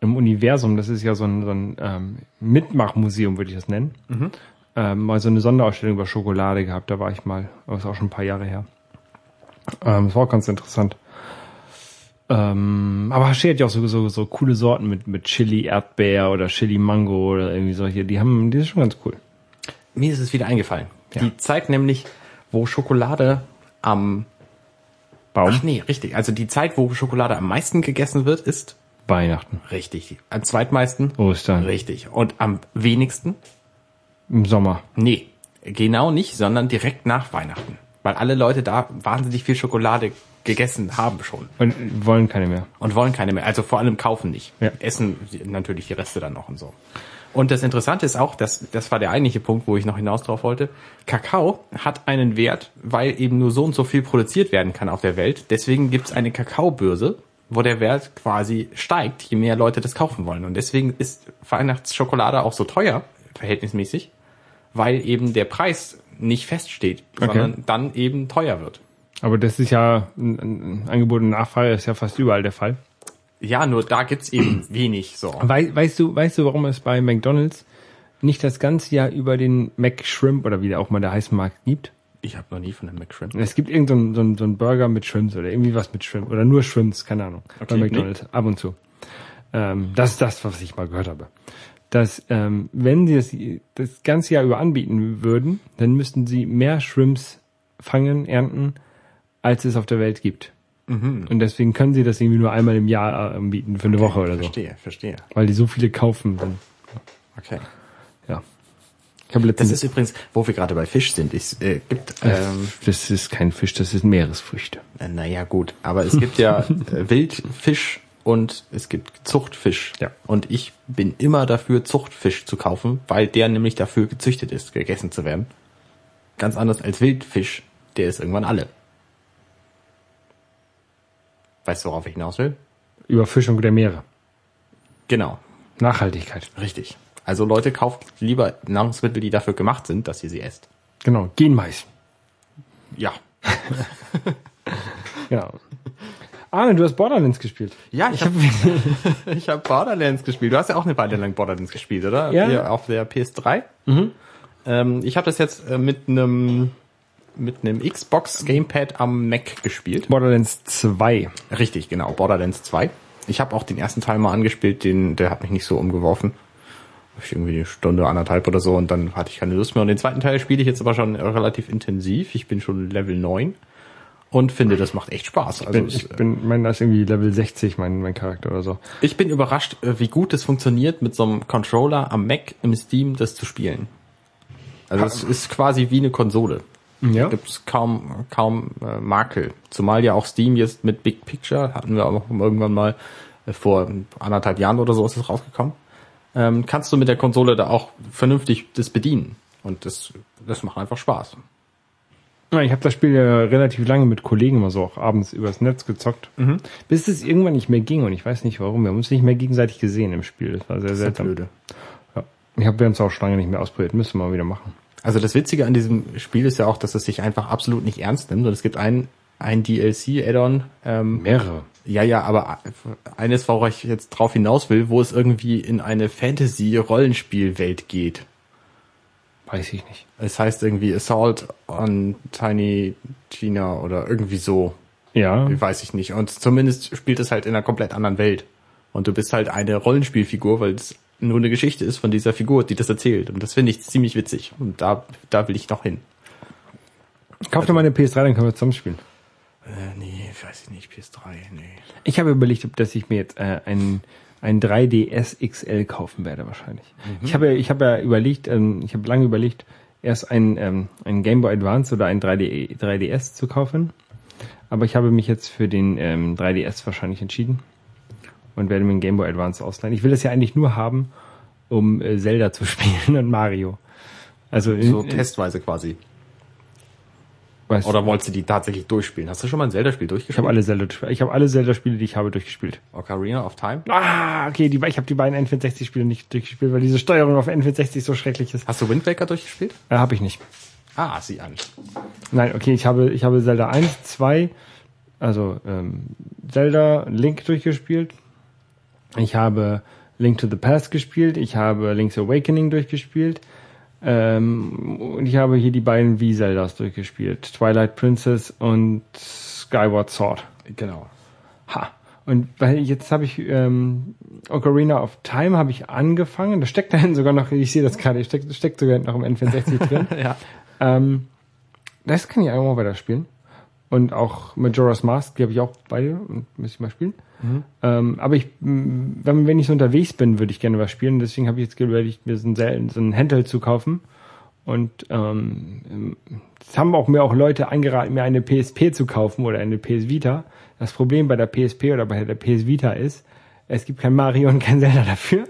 im Universum, das ist ja so ein, so ein ähm, Mitmachmuseum, würde ich das nennen,
Mhm.
ähm, mal so eine Sonderausstellung über Schokolade gehabt. Da war ich mal, aber ist auch schon ein paar Jahre her. Ähm, das war auch ganz interessant. Ähm, aber Haché hat ja auch so, so, so coole Sorten mit, mit Chili Erdbeer oder Chili Mango oder irgendwie solche. Die haben, die sind schon ganz cool.
Mir ist es wieder eingefallen. Die zeigt nämlich, wo Schokolade am...
Baum,
Ach nee, richtig. Also die Zeit, wo Schokolade am meisten gegessen wird, ist...
Weihnachten,
Richtig. Am zweitmeisten?
Ostern,
Richtig. Und am wenigsten?
im Sommer.
Nee, genau nicht, sondern direkt nach Weihnachten. Weil alle Leute da wahnsinnig viel Schokolade gegessen haben schon
Und wollen keine mehr.
und wollen keine mehr. Also vor allem kaufen nicht.
Ja.
Essen natürlich die Reste dann noch und so. Und das Interessante ist auch, dass das war der eigentliche Punkt, wo ich noch hinaus drauf wollte. Kakao hat einen Wert, weil eben nur so und so viel produziert werden kann auf der Welt. Deswegen gibt's eine Kakaobörse, wo der Wert quasi steigt, je mehr Leute das kaufen wollen. Und deswegen ist Weihnachtsschokolade auch so teuer, verhältnismäßig, weil eben der Preis nicht feststeht, sondern dann eben teuer wird.
Aber das ist ja ein, ein Angebot und Nachfrage ist ja fast überall der Fall.
Ja, nur da gibt's eben wenig so.
Wei- weißt du, weißt du, warum es bei McDonald's nicht das ganze Jahr über den McShrimp oder wie der auch mal der heißen mag gibt?
Ich habe noch nie von einem McCrimp
Es gibt irgendeinen so, einen- so einen Burger mit Shrimps oder irgendwie was mit Shrimp oder nur Shrimps, keine Ahnung. bei
nee.
McDonald's ab und zu. Ähm, das ist das, was ich mal gehört habe. Dass ähm, wenn sie das, das ganze Jahr über anbieten würden, dann müssten sie mehr Shrimps fangen, ernten, als es auf der Welt gibt. Und deswegen können sie das irgendwie nur einmal im Jahr äh, anbieten für eine Woche oder so,
Verstehe, verstehe.
weil die so viele kaufen. Dann,
Okay.
ja. Ich habe
Das
letztens
ist übrigens, wo wir gerade bei Fisch sind. Es äh, gibt, ähm,
das ist kein Fisch, das ist Meeresfrüchte.
äh, naja gut, aber es gibt ja äh, Wildfisch und es gibt Zuchtfisch.
Ja.
Und ich bin immer dafür, Zuchtfisch zu kaufen, weil der nämlich dafür gezüchtet ist, gegessen zu werden. Ganz anders als Wildfisch, der ist irgendwann alle. Weißt du, worauf ich hinaus will?
Überfischung der Meere.
Genau,
Nachhaltigkeit.
richtig. Also Leute, kauft lieber Nahrungsmittel, die dafür gemacht sind, dass ihr sie esst.
Genau, Genmais.
Ja,
Genau. Arne, du hast Borderlands gespielt.
Ja, ich habe ich hab Borderlands gespielt. Du hast ja auch eine Weile lang Borderlands gespielt, oder?
Ja. Mhm.
Hier auf der PS3. Ähm, ich habe das jetzt äh, mit einem mit einem Xbox Gamepad am Mac gespielt.
Borderlands 2.
Richtig, genau. Borderlands 2. Ich habe auch den ersten Teil mal angespielt, den, der hat mich nicht so umgeworfen. Hab ich irgendwie eine Stunde, anderthalb oder so und dann hatte ich keine Lust mehr. Und den zweiten Teil spiele ich jetzt aber schon relativ intensiv. Ich bin schon Level 9 und finde, das macht echt Spaß. Also
Bin,
es-
ich bin, mein, das ist irgendwie Level 60, mein, mein Charakter oder so.
Ich bin überrascht, äh, wie gut es funktioniert, mit so einem Controller am Mac im Steam das zu spielen. Also es ist quasi wie eine Konsole.
Ja.
Gibt es kaum, kaum äh, Makel. Zumal ja auch Steam jetzt mit Big Picture, hatten wir auch irgendwann mal äh, vor anderthalb Jahren oder so ist es rausgekommen, ähm, kannst du mit der Konsole da auch vernünftig das bedienen. Und das, das macht einfach Spaß.
Ja, Ich habe das Spiel ja relativ lange mit Kollegen immer so auch abends übers Netz gezockt, bis es irgendwann nicht mehr ging und ich weiß nicht warum. Wir haben uns nicht mehr gegenseitig gesehen im Spiel. Das war sehr seltsam. Ja. Ich habe es auch schon lange nicht mehr ausprobiert. Müssen wir mal wieder machen.
Also das Witzige an diesem Spiel ist ja auch, dass es sich einfach absolut nicht ernst nimmt. Und es gibt ein, ein DLC-Add-on, ähm,
Mehrere.
Ja, ja, aber eines, worauf ich jetzt drauf hinaus will, wo es irgendwie in eine Fantasy-Rollenspielwelt geht.
Weiß ich nicht.
Es heißt irgendwie Assault on Tiny Tina oder irgendwie so.
Ja.
Weiß ich nicht. Und zumindest spielt es halt in einer komplett anderen Welt. Und du bist halt eine Rollenspielfigur, weil es nur eine Geschichte ist von dieser Figur, die das erzählt. Und das finde ich ziemlich witzig. Und da, da will ich noch hin.
Kauf dir mal eine PS3, dann können wir zusammen spielen.
Äh, nee, weiß ich nicht, PS3, nee.
Ich habe überlegt, ob- dass ich mir jetzt äh, einen ein 3DS XL kaufen werde wahrscheinlich.
Mhm.
Ich habe ich habe ja überlegt, ähm, ich habe lange überlegt, erst einen ähm, einen Game Boy Advance oder einen 3D, 3DS zu kaufen, aber ich habe mich jetzt für den ähm, 3DS wahrscheinlich entschieden und werde mir einen Game Boy Advance ausleihen. Ich will das ja eigentlich nur haben, um äh, Zelda zu spielen und Mario. Also in,
So testweise quasi.
weißt,
Oder wolltest du die tatsächlich durchspielen? Hast du schon mal ein Zelda-Spiel
ich habe
durchgespielt?
alle Zelda ich habe alle Zelda Spiele, die ich habe durchgespielt.
Ocarina of Time?
Ah, okay, die, ich habe die beiden N64-Spiele nicht durchgespielt, weil diese Steuerung auf N64 so schrecklich ist.
Hast du Wind Waker durchgespielt?
Äh, habe ich nicht.
Ah, sieh an.
Nein, okay, ich habe, ich habe Zelda 1, 2, also ähm, Zelda Link durchgespielt. Ich habe Link to the Past gespielt. Ich habe Link's Awakening durchgespielt. Ähm, und ich habe hier die beiden Wii-Zeldas durchgespielt. Twilight Princess und Skyward Sword.
Genau.
Ha. Und weil jetzt habe ich ähm, Ocarina of Time habe ich angefangen. Das steckt dahin sogar noch, ich sehe das gerade, das steckt, das steckt sogar noch im N64 drin.
Ja.
Ähm, das kann ich auch mal weiterspielen. Und auch Majora's Mask, die habe ich auch beide und müsste ich mal spielen. Ähm, aber ich, m, wenn, wenn ich so unterwegs bin, würde ich gerne was spielen. Deswegen habe ich jetzt überlegt, mir so einen, Sel- so einen Handheld zu kaufen. Und ähm, ähm, das haben auch mir auch Leute angeraten, mir eine PSP zu kaufen oder eine PS Vita. Das Problem bei der PSP oder bei der PS Vita ist, es gibt kein Mario und kein Zelda dafür.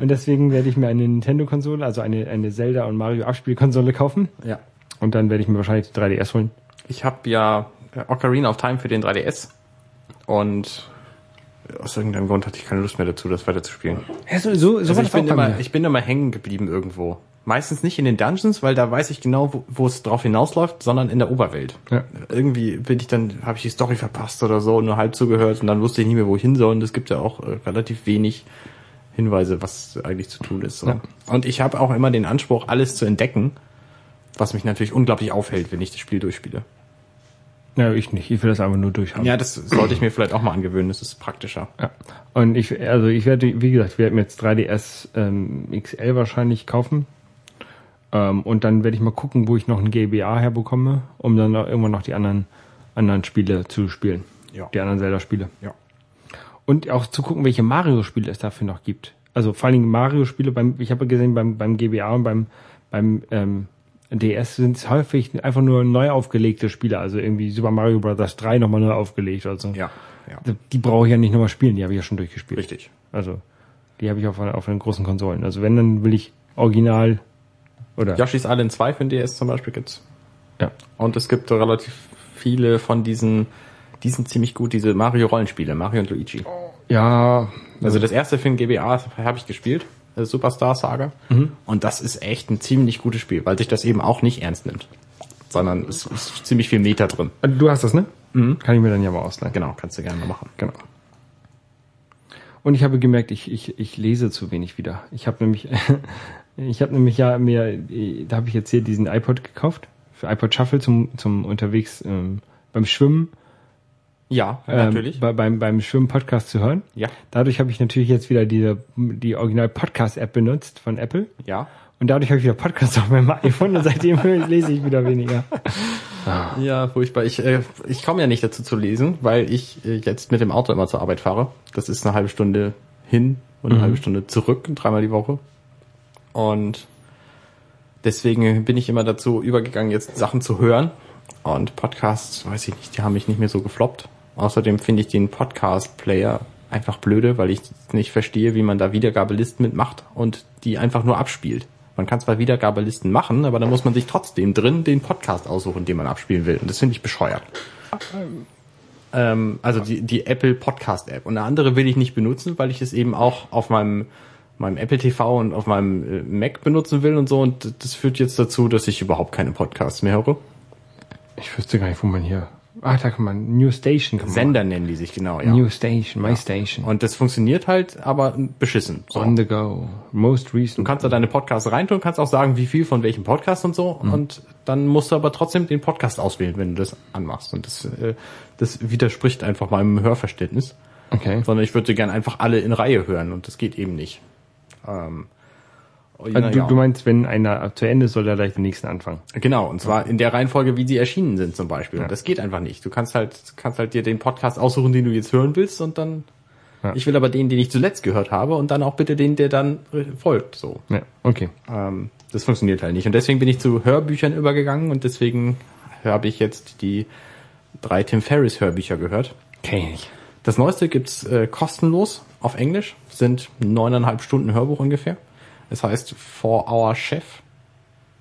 und deswegen werde ich mir eine Nintendo-Konsole, also eine, eine Zelda- und Mario-Abspielkonsole kaufen.
Ja.
Und dann werde ich mir wahrscheinlich die 3DS holen.
Ich habe ja äh, Ocarina of Time für den 3DS und äh, aus irgendeinem Grund hatte ich keine Lust mehr dazu, das weiterzuspielen.
Ja, so, so, so
Also ich, bin immer, ich bin immer hängen geblieben irgendwo. Meistens nicht in den Dungeons, weil da weiß ich genau, wo- wo es drauf hinausläuft, sondern in der Oberwelt.
Ja.
Irgendwie bin ich dann, habe ich die Story verpasst oder so, nur halb zugehört und dann wusste ich nicht mehr, wo ich hin soll. Und es gibt ja auch äh, relativ wenig Hinweise, was eigentlich zu tun ist. So. Und ich habe auch immer den Anspruch, alles zu entdecken, was mich natürlich unglaublich aufhält, wenn ich das Spiel durchspiele.
ja, ich nicht. Ich will das einfach nur durchhaben.
Ja, das sollte ich mir vielleicht auch mal angewöhnen, das ist praktischer.
Ja. Und ich, also ich werde, wie gesagt, ich werde mir jetzt 3DS ähm, XL wahrscheinlich kaufen. Ähm, und dann werde ich mal gucken, wo ich noch ein GBA herbekomme, um dann auch irgendwann noch die anderen, anderen Spiele zu spielen.
Ja.
Die anderen Zelda-Spiele.
Ja.
Und auch zu gucken, welche Mario-Spiele es dafür noch gibt. Also vor allen Dingen Mario-Spiele, beim, ich habe gesehen, beim, beim GBA und beim, beim ähm, DS sind es häufig einfach nur neu aufgelegte Spiele. Also irgendwie Super Mario Bros. 3 nochmal neu aufgelegt oder so. Also
Ja, ja.
Die brauche ich ja nicht nochmal spielen, die habe ich ja schon durchgespielt.
Richtig.
Also die habe ich auf, auf den großen Konsolen. Also wenn, dann will ich original oder
Yoshi's Island 2 für den DS zum Beispiel gibt's.
ja.
Und es gibt relativ viele von diesen, die sind ziemlich gut, diese Mario-Rollenspiele, Mario und Luigi.
Ja,
Also das erste für den GBA habe ich gespielt, äh, Superstar Saga.
Mhm.
Und das ist echt ein ziemlich gutes Spiel, weil sich das eben auch nicht ernst nimmt. Sondern es ist ziemlich viel Meta drin.
also du hast das, ne? Kann ich mir dann ja mal ausleihen.
Genau, kannst du gerne mal machen.
Genau. Und ich habe gemerkt, ich, ich, ich lese zu wenig wieder. Ich habe nämlich, ich habe nämlich ja mir, da habe ich jetzt hier diesen iPod gekauft für iPod Shuffle zum, zum unterwegs ähm, beim Schwimmen,
Ja,
ähm,
natürlich.
Bei, beim, beim Schwimmen-Podcast zu hören.
Ja,
Dadurch habe ich natürlich jetzt wieder diese, die Original-Podcast-App benutzt von Apple.
ja.
Und dadurch habe ich wieder Podcasts auf meinem iPhone und seitdem lese ich wieder weniger.
Ja, furchtbar. Ich, äh, ich komme ja nicht dazu zu lesen, weil ich äh, jetzt mit dem Auto immer zur Arbeit fahre. Das ist eine halbe Stunde hin und
Mhm.
eine halbe Stunde zurück, dreimal die Woche. Und deswegen bin ich immer dazu übergegangen, jetzt Sachen zu hören. Und Podcasts, weiß ich nicht, die haben mich nicht mehr so gefloppt. Außerdem finde ich den Podcast-Player einfach blöde, weil ich nicht verstehe, wie man da Wiedergabelisten mitmacht und die einfach nur abspielt. Man kann zwar Wiedergabelisten machen, aber dann muss man sich trotzdem drin den Podcast aussuchen, den man abspielen will. Und das finde ich bescheuert. Ähm, also die, die Apple Podcast App. Und eine andere will ich nicht benutzen, weil ich es eben auch auf meinem, meinem Apple TV und auf meinem äh, Mac benutzen will und so. Und das führt jetzt dazu, dass ich überhaupt keine Podcasts mehr höre.
Ich wüsste gar nicht, wo man hier. Ach, da kann man. New Station kann man.
Sender nennen die sich genau, ja.
machen. New Station, My Station.
Und das funktioniert halt, aber beschissen. So.
On the go. Most
Du
recent.
kannst da deine Podcasts reintun, kannst auch sagen, wie viel von welchem Podcast und so. Und dann musst du aber trotzdem den Podcast auswählen, wenn du das anmachst. Und das, äh, das widerspricht einfach meinem Hörverständnis.
Okay.
sondern ich würde gern einfach alle in Reihe hören und das geht eben nicht. Ähm,
Also, du,
naja.
du meinst, wenn einer zu Ende ist, soll er gleich den nächsten anfangen.
genau, und zwar in der Reihenfolge, wie sie erschienen sind zum Beispiel. Und das geht einfach nicht. Du kannst halt, kannst halt dir den Podcast aussuchen, den du jetzt hören willst und dann. Ich will aber den, den ich zuletzt gehört habe und dann auch bitte den, der dann äh, folgt. So.
Ja, okay.
Ähm, das funktioniert halt nicht. Und deswegen bin ich zu Hörbüchern übergegangen und deswegen habe ich jetzt die drei Tim Ferris Hörbücher gehört.
Kenn ich.
Das neueste gibt's äh, kostenlos auf Englisch. Sind neuneinhalb Stunden Hörbuch ungefähr. Es heißt For Our Chef.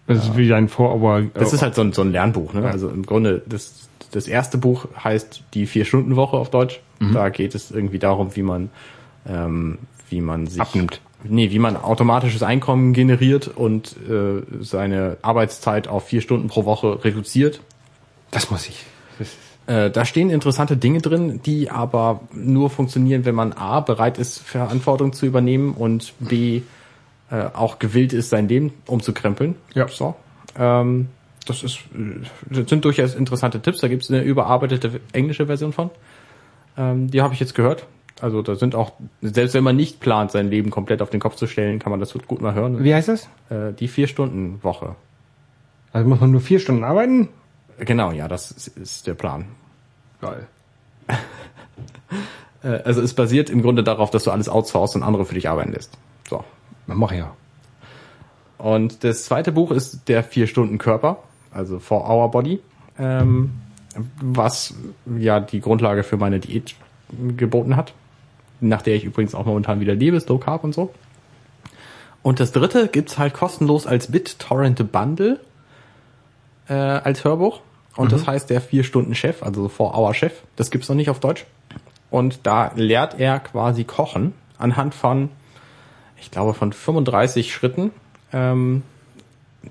Das ist wie dein Vorauer.
Das ist halt so ein, so ein Lernbuch. Ne? Also im Grunde, das, das erste Buch heißt die Vier-Stunden-Woche auf Deutsch. Da geht es irgendwie darum, wie man, ähm, wie man sich...
Abnimmt.
Nee, wie man automatisches Einkommen generiert und äh, seine Arbeitszeit auf vier Stunden pro Woche reduziert.
Das muss ich. Das ist,
Äh, da stehen interessante Dinge drin, die aber nur funktionieren, wenn man A, bereit ist, Verantwortung zu übernehmen und B, äh, auch gewillt ist, sein Leben umzukrempeln.
Ja.
So. Ähm, das, ist, äh, das sind durchaus interessante Tipps. Da gibt es eine überarbeitete englische Version von. Ähm, die habe ich jetzt gehört. Also da sind auch, selbst wenn man nicht plant, sein Leben komplett auf den Kopf zu stellen, kann man das gut mal hören.
wie heißt das?
Äh, die Vier-Stunden-Woche.
Also muss man nur vier Stunden arbeiten?
Genau, ja, das ist, ist der Plan.
Geil.
Äh, Also es basiert im Grunde darauf, dass du alles outsourcest und andere für dich arbeiten lässt. So.
Man macht ja.
Und das zweite Buch ist der vier Stunden Körper, also Four Hour Body, ähm, was ja die Grundlage für meine Diät geboten hat, nach der ich übrigens auch momentan wieder lebe, ist Low Carb und so. Und das dritte gibt's halt kostenlos als BitTorrent Bundle äh, als Hörbuch. Und das heißt der vier Stunden Chef, also Four Hour Chef. Das gibt's noch nicht auf Deutsch. Und da lehrt er quasi kochen anhand von ich glaube, von 35 Schritten, ähm,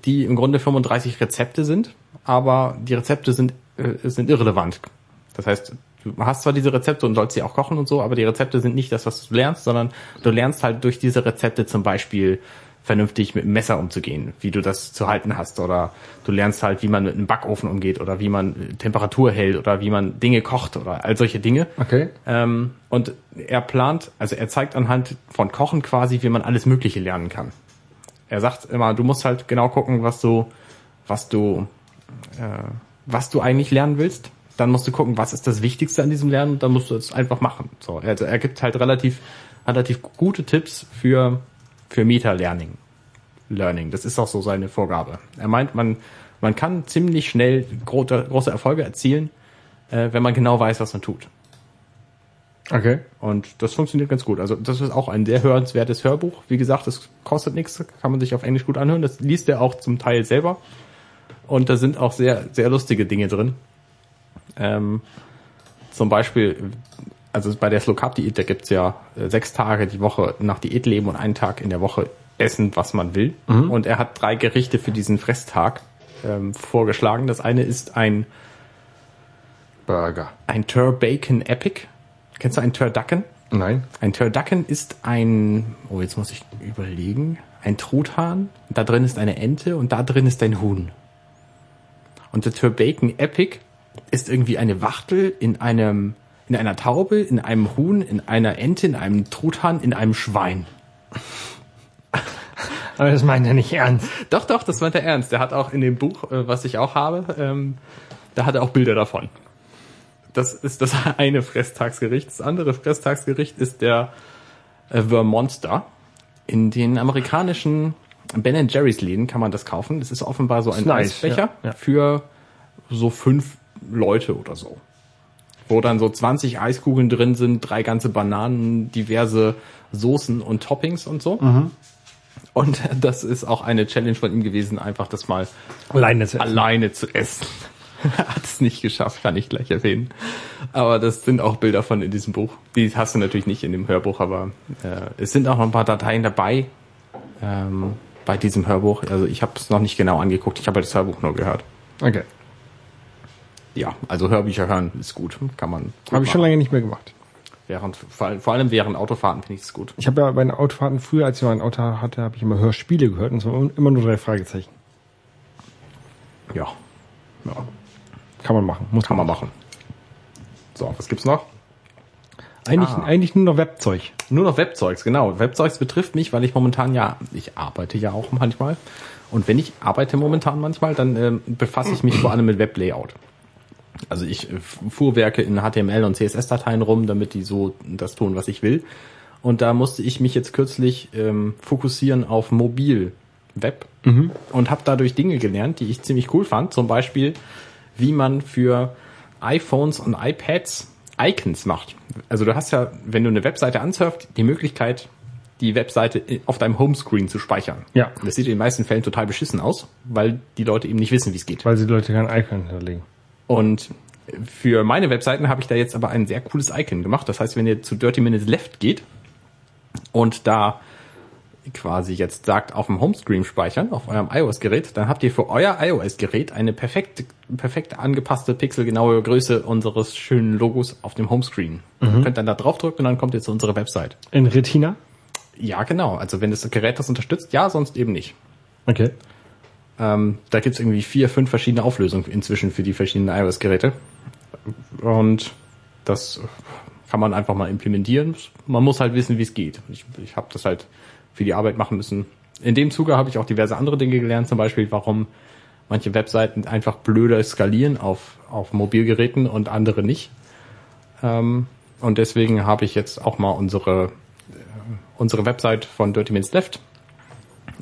die im Grunde 35 Rezepte sind, aber die Rezepte sind, äh, sind irrelevant. Das heißt, du hast zwar diese Rezepte und sollst sie auch kochen und so, aber die Rezepte sind nicht das, was du lernst, sondern du lernst halt durch diese Rezepte zum Beispiel vernünftig mit dem Messer umzugehen, wie du das zu halten hast oder du lernst halt, wie man mit einem Backofen umgeht oder wie man äh, Temperatur hält oder wie man Dinge kocht oder all solche Dinge.
Okay.
Ähm, und er plant, also er zeigt anhand von Kochen quasi, wie man alles Mögliche lernen kann. Er sagt immer, du musst halt genau gucken, was du, was du, äh, was du eigentlich lernen willst. Dann musst du gucken, was ist das Wichtigste an diesem Lernen. Dann musst du es einfach machen. So, also er gibt halt relativ, relativ gute Tipps für für Meta-Learning. Learning. Das ist auch so seine Vorgabe. Er meint, man man kann ziemlich schnell große, große Erfolge erzielen, äh, wenn man genau weiß, was man tut.
Okay.
Und das funktioniert ganz gut. Also das ist auch ein sehr hörenswertes Hörbuch. Wie gesagt, es kostet nichts, kann man sich auf Englisch gut anhören. Das liest er auch zum Teil selber. Und da sind auch sehr, sehr lustige Dinge drin. Ähm, zum Beispiel, also bei der Slow Carb Diät, da gibt's ja äh, sechs Tage die Woche nach Diät leben und einen Tag in der Woche essen, was man will. Und er hat drei Gerichte für diesen Fresstag ähm, vorgeschlagen. Das eine ist ein,
Burger.
ein Turbacon Epic. Kennst du einen Turducken?
Nein.
Ein Turducken ist ein, oh, jetzt muss ich überlegen, ein Truthahn, da drin ist eine Ente und da drin ist ein Huhn. Und der Turbaken Epic ist irgendwie eine Wachtel in einem, in einer Taube, in einem Huhn, in einer Ente, in einem Truthahn, in einem Schwein.
Aber das meint er nicht ernst.
Doch, doch, das meint er ernst. Der hat auch in dem Buch, äh, was ich auch habe, ähm, da hat er auch Bilder davon. Das ist das eine Fresstagsgericht. Das andere Fresstagsgericht ist der äh, Vermonster. In den amerikanischen Ben Jerry's Läden kann man das kaufen. Das ist offenbar so ein
Ist nice,
Eisbecher
ja, ja.
für so fünf Leute oder so. Wo dann so 20 Eiskugeln drin sind, drei ganze Bananen, diverse Soßen und Toppings und so.
Mhm.
Und das ist auch eine Challenge von ihm gewesen, einfach das mal
Alleine zu essen.
alleine zu essen. Hat es nicht geschafft, kann ich gleich erwähnen. Aber das sind auch Bilder von in diesem Buch. Die hast du natürlich nicht in dem Hörbuch, aber äh, es sind auch noch ein paar Dateien dabei ähm, bei diesem Hörbuch. Also ich habe es noch nicht genau angeguckt, ich habe das Hörbuch nur gehört.
Okay.
Ja, also Hörbücher hören ist gut, kann man. Gut
Habe ich schon
machen.
lange nicht mehr gemacht.
Während, vor, allem, vor allem während Autofahrten finde ich es gut.
Ich habe ja bei den Autofahrten früher, als ich noch ein Auto hatte, habe ich immer Hörspiele gehört und zwar immer nur drei Fragezeichen.
Ja, ja
Kann man machen. Muss
kann man machen. So, was gibt's noch?
Eigentlich,
Ah.
eigentlich nur noch Webzeug.
Nur noch Webzeugs, genau. Webzeugs betrifft mich, weil ich momentan ja, ich arbeite ja auch manchmal. Und wenn ich arbeite momentan manchmal, dann ähm, befasse ich mich vor allem mit Weblayout. Also ich äh, fuhrwerke in HTML und CSS-Dateien rum, damit die so das tun, was ich will. Und da musste ich mich jetzt kürzlich ähm, fokussieren auf Mobil-Web und habe dadurch Dinge gelernt, die ich ziemlich cool fand. Zum Beispiel, wie man für iPhones und iPads Icons macht. Also du hast ja, wenn du eine Webseite ansurft, die Möglichkeit, die Webseite i- auf deinem Homescreen zu speichern.
Ja.
Das sieht in den meisten Fällen total beschissen aus, weil die Leute eben nicht wissen, wie es geht.
Weil sie Leute kein Icon hinterlegen.
Und für meine Webseiten habe ich da jetzt aber ein sehr cooles Icon gemacht. Das heißt, wenn ihr zu Dirty Minutes Left geht und da quasi jetzt sagt, auf dem Homescreen speichern, auf eurem iOS-Gerät, dann habt ihr für euer iOS-Gerät eine perfekt, perfekt angepasste, pixelgenaue Größe unseres schönen Logos auf dem Homescreen. Ihr könnt dann da draufdrücken und dann kommt ihr zu unserer Website.
In Retina?
Ja, genau. Also wenn das Gerät das unterstützt, ja, sonst eben nicht.
Okay.
Ähm, da gibt's irgendwie vier, fünf verschiedene Auflösungen inzwischen für die verschiedenen iOS-Geräte. Und das kann man einfach mal implementieren. Man muss halt wissen, wie es geht. Ich, ich habe das halt für die Arbeit machen müssen. In dem Zuge habe ich auch diverse andere Dinge gelernt, zum Beispiel, warum manche Webseiten einfach blöder skalieren auf, auf Mobilgeräten und andere nicht. Ähm, und deswegen habe ich jetzt auch mal unsere, äh, unsere Website von Dirty Minutes Left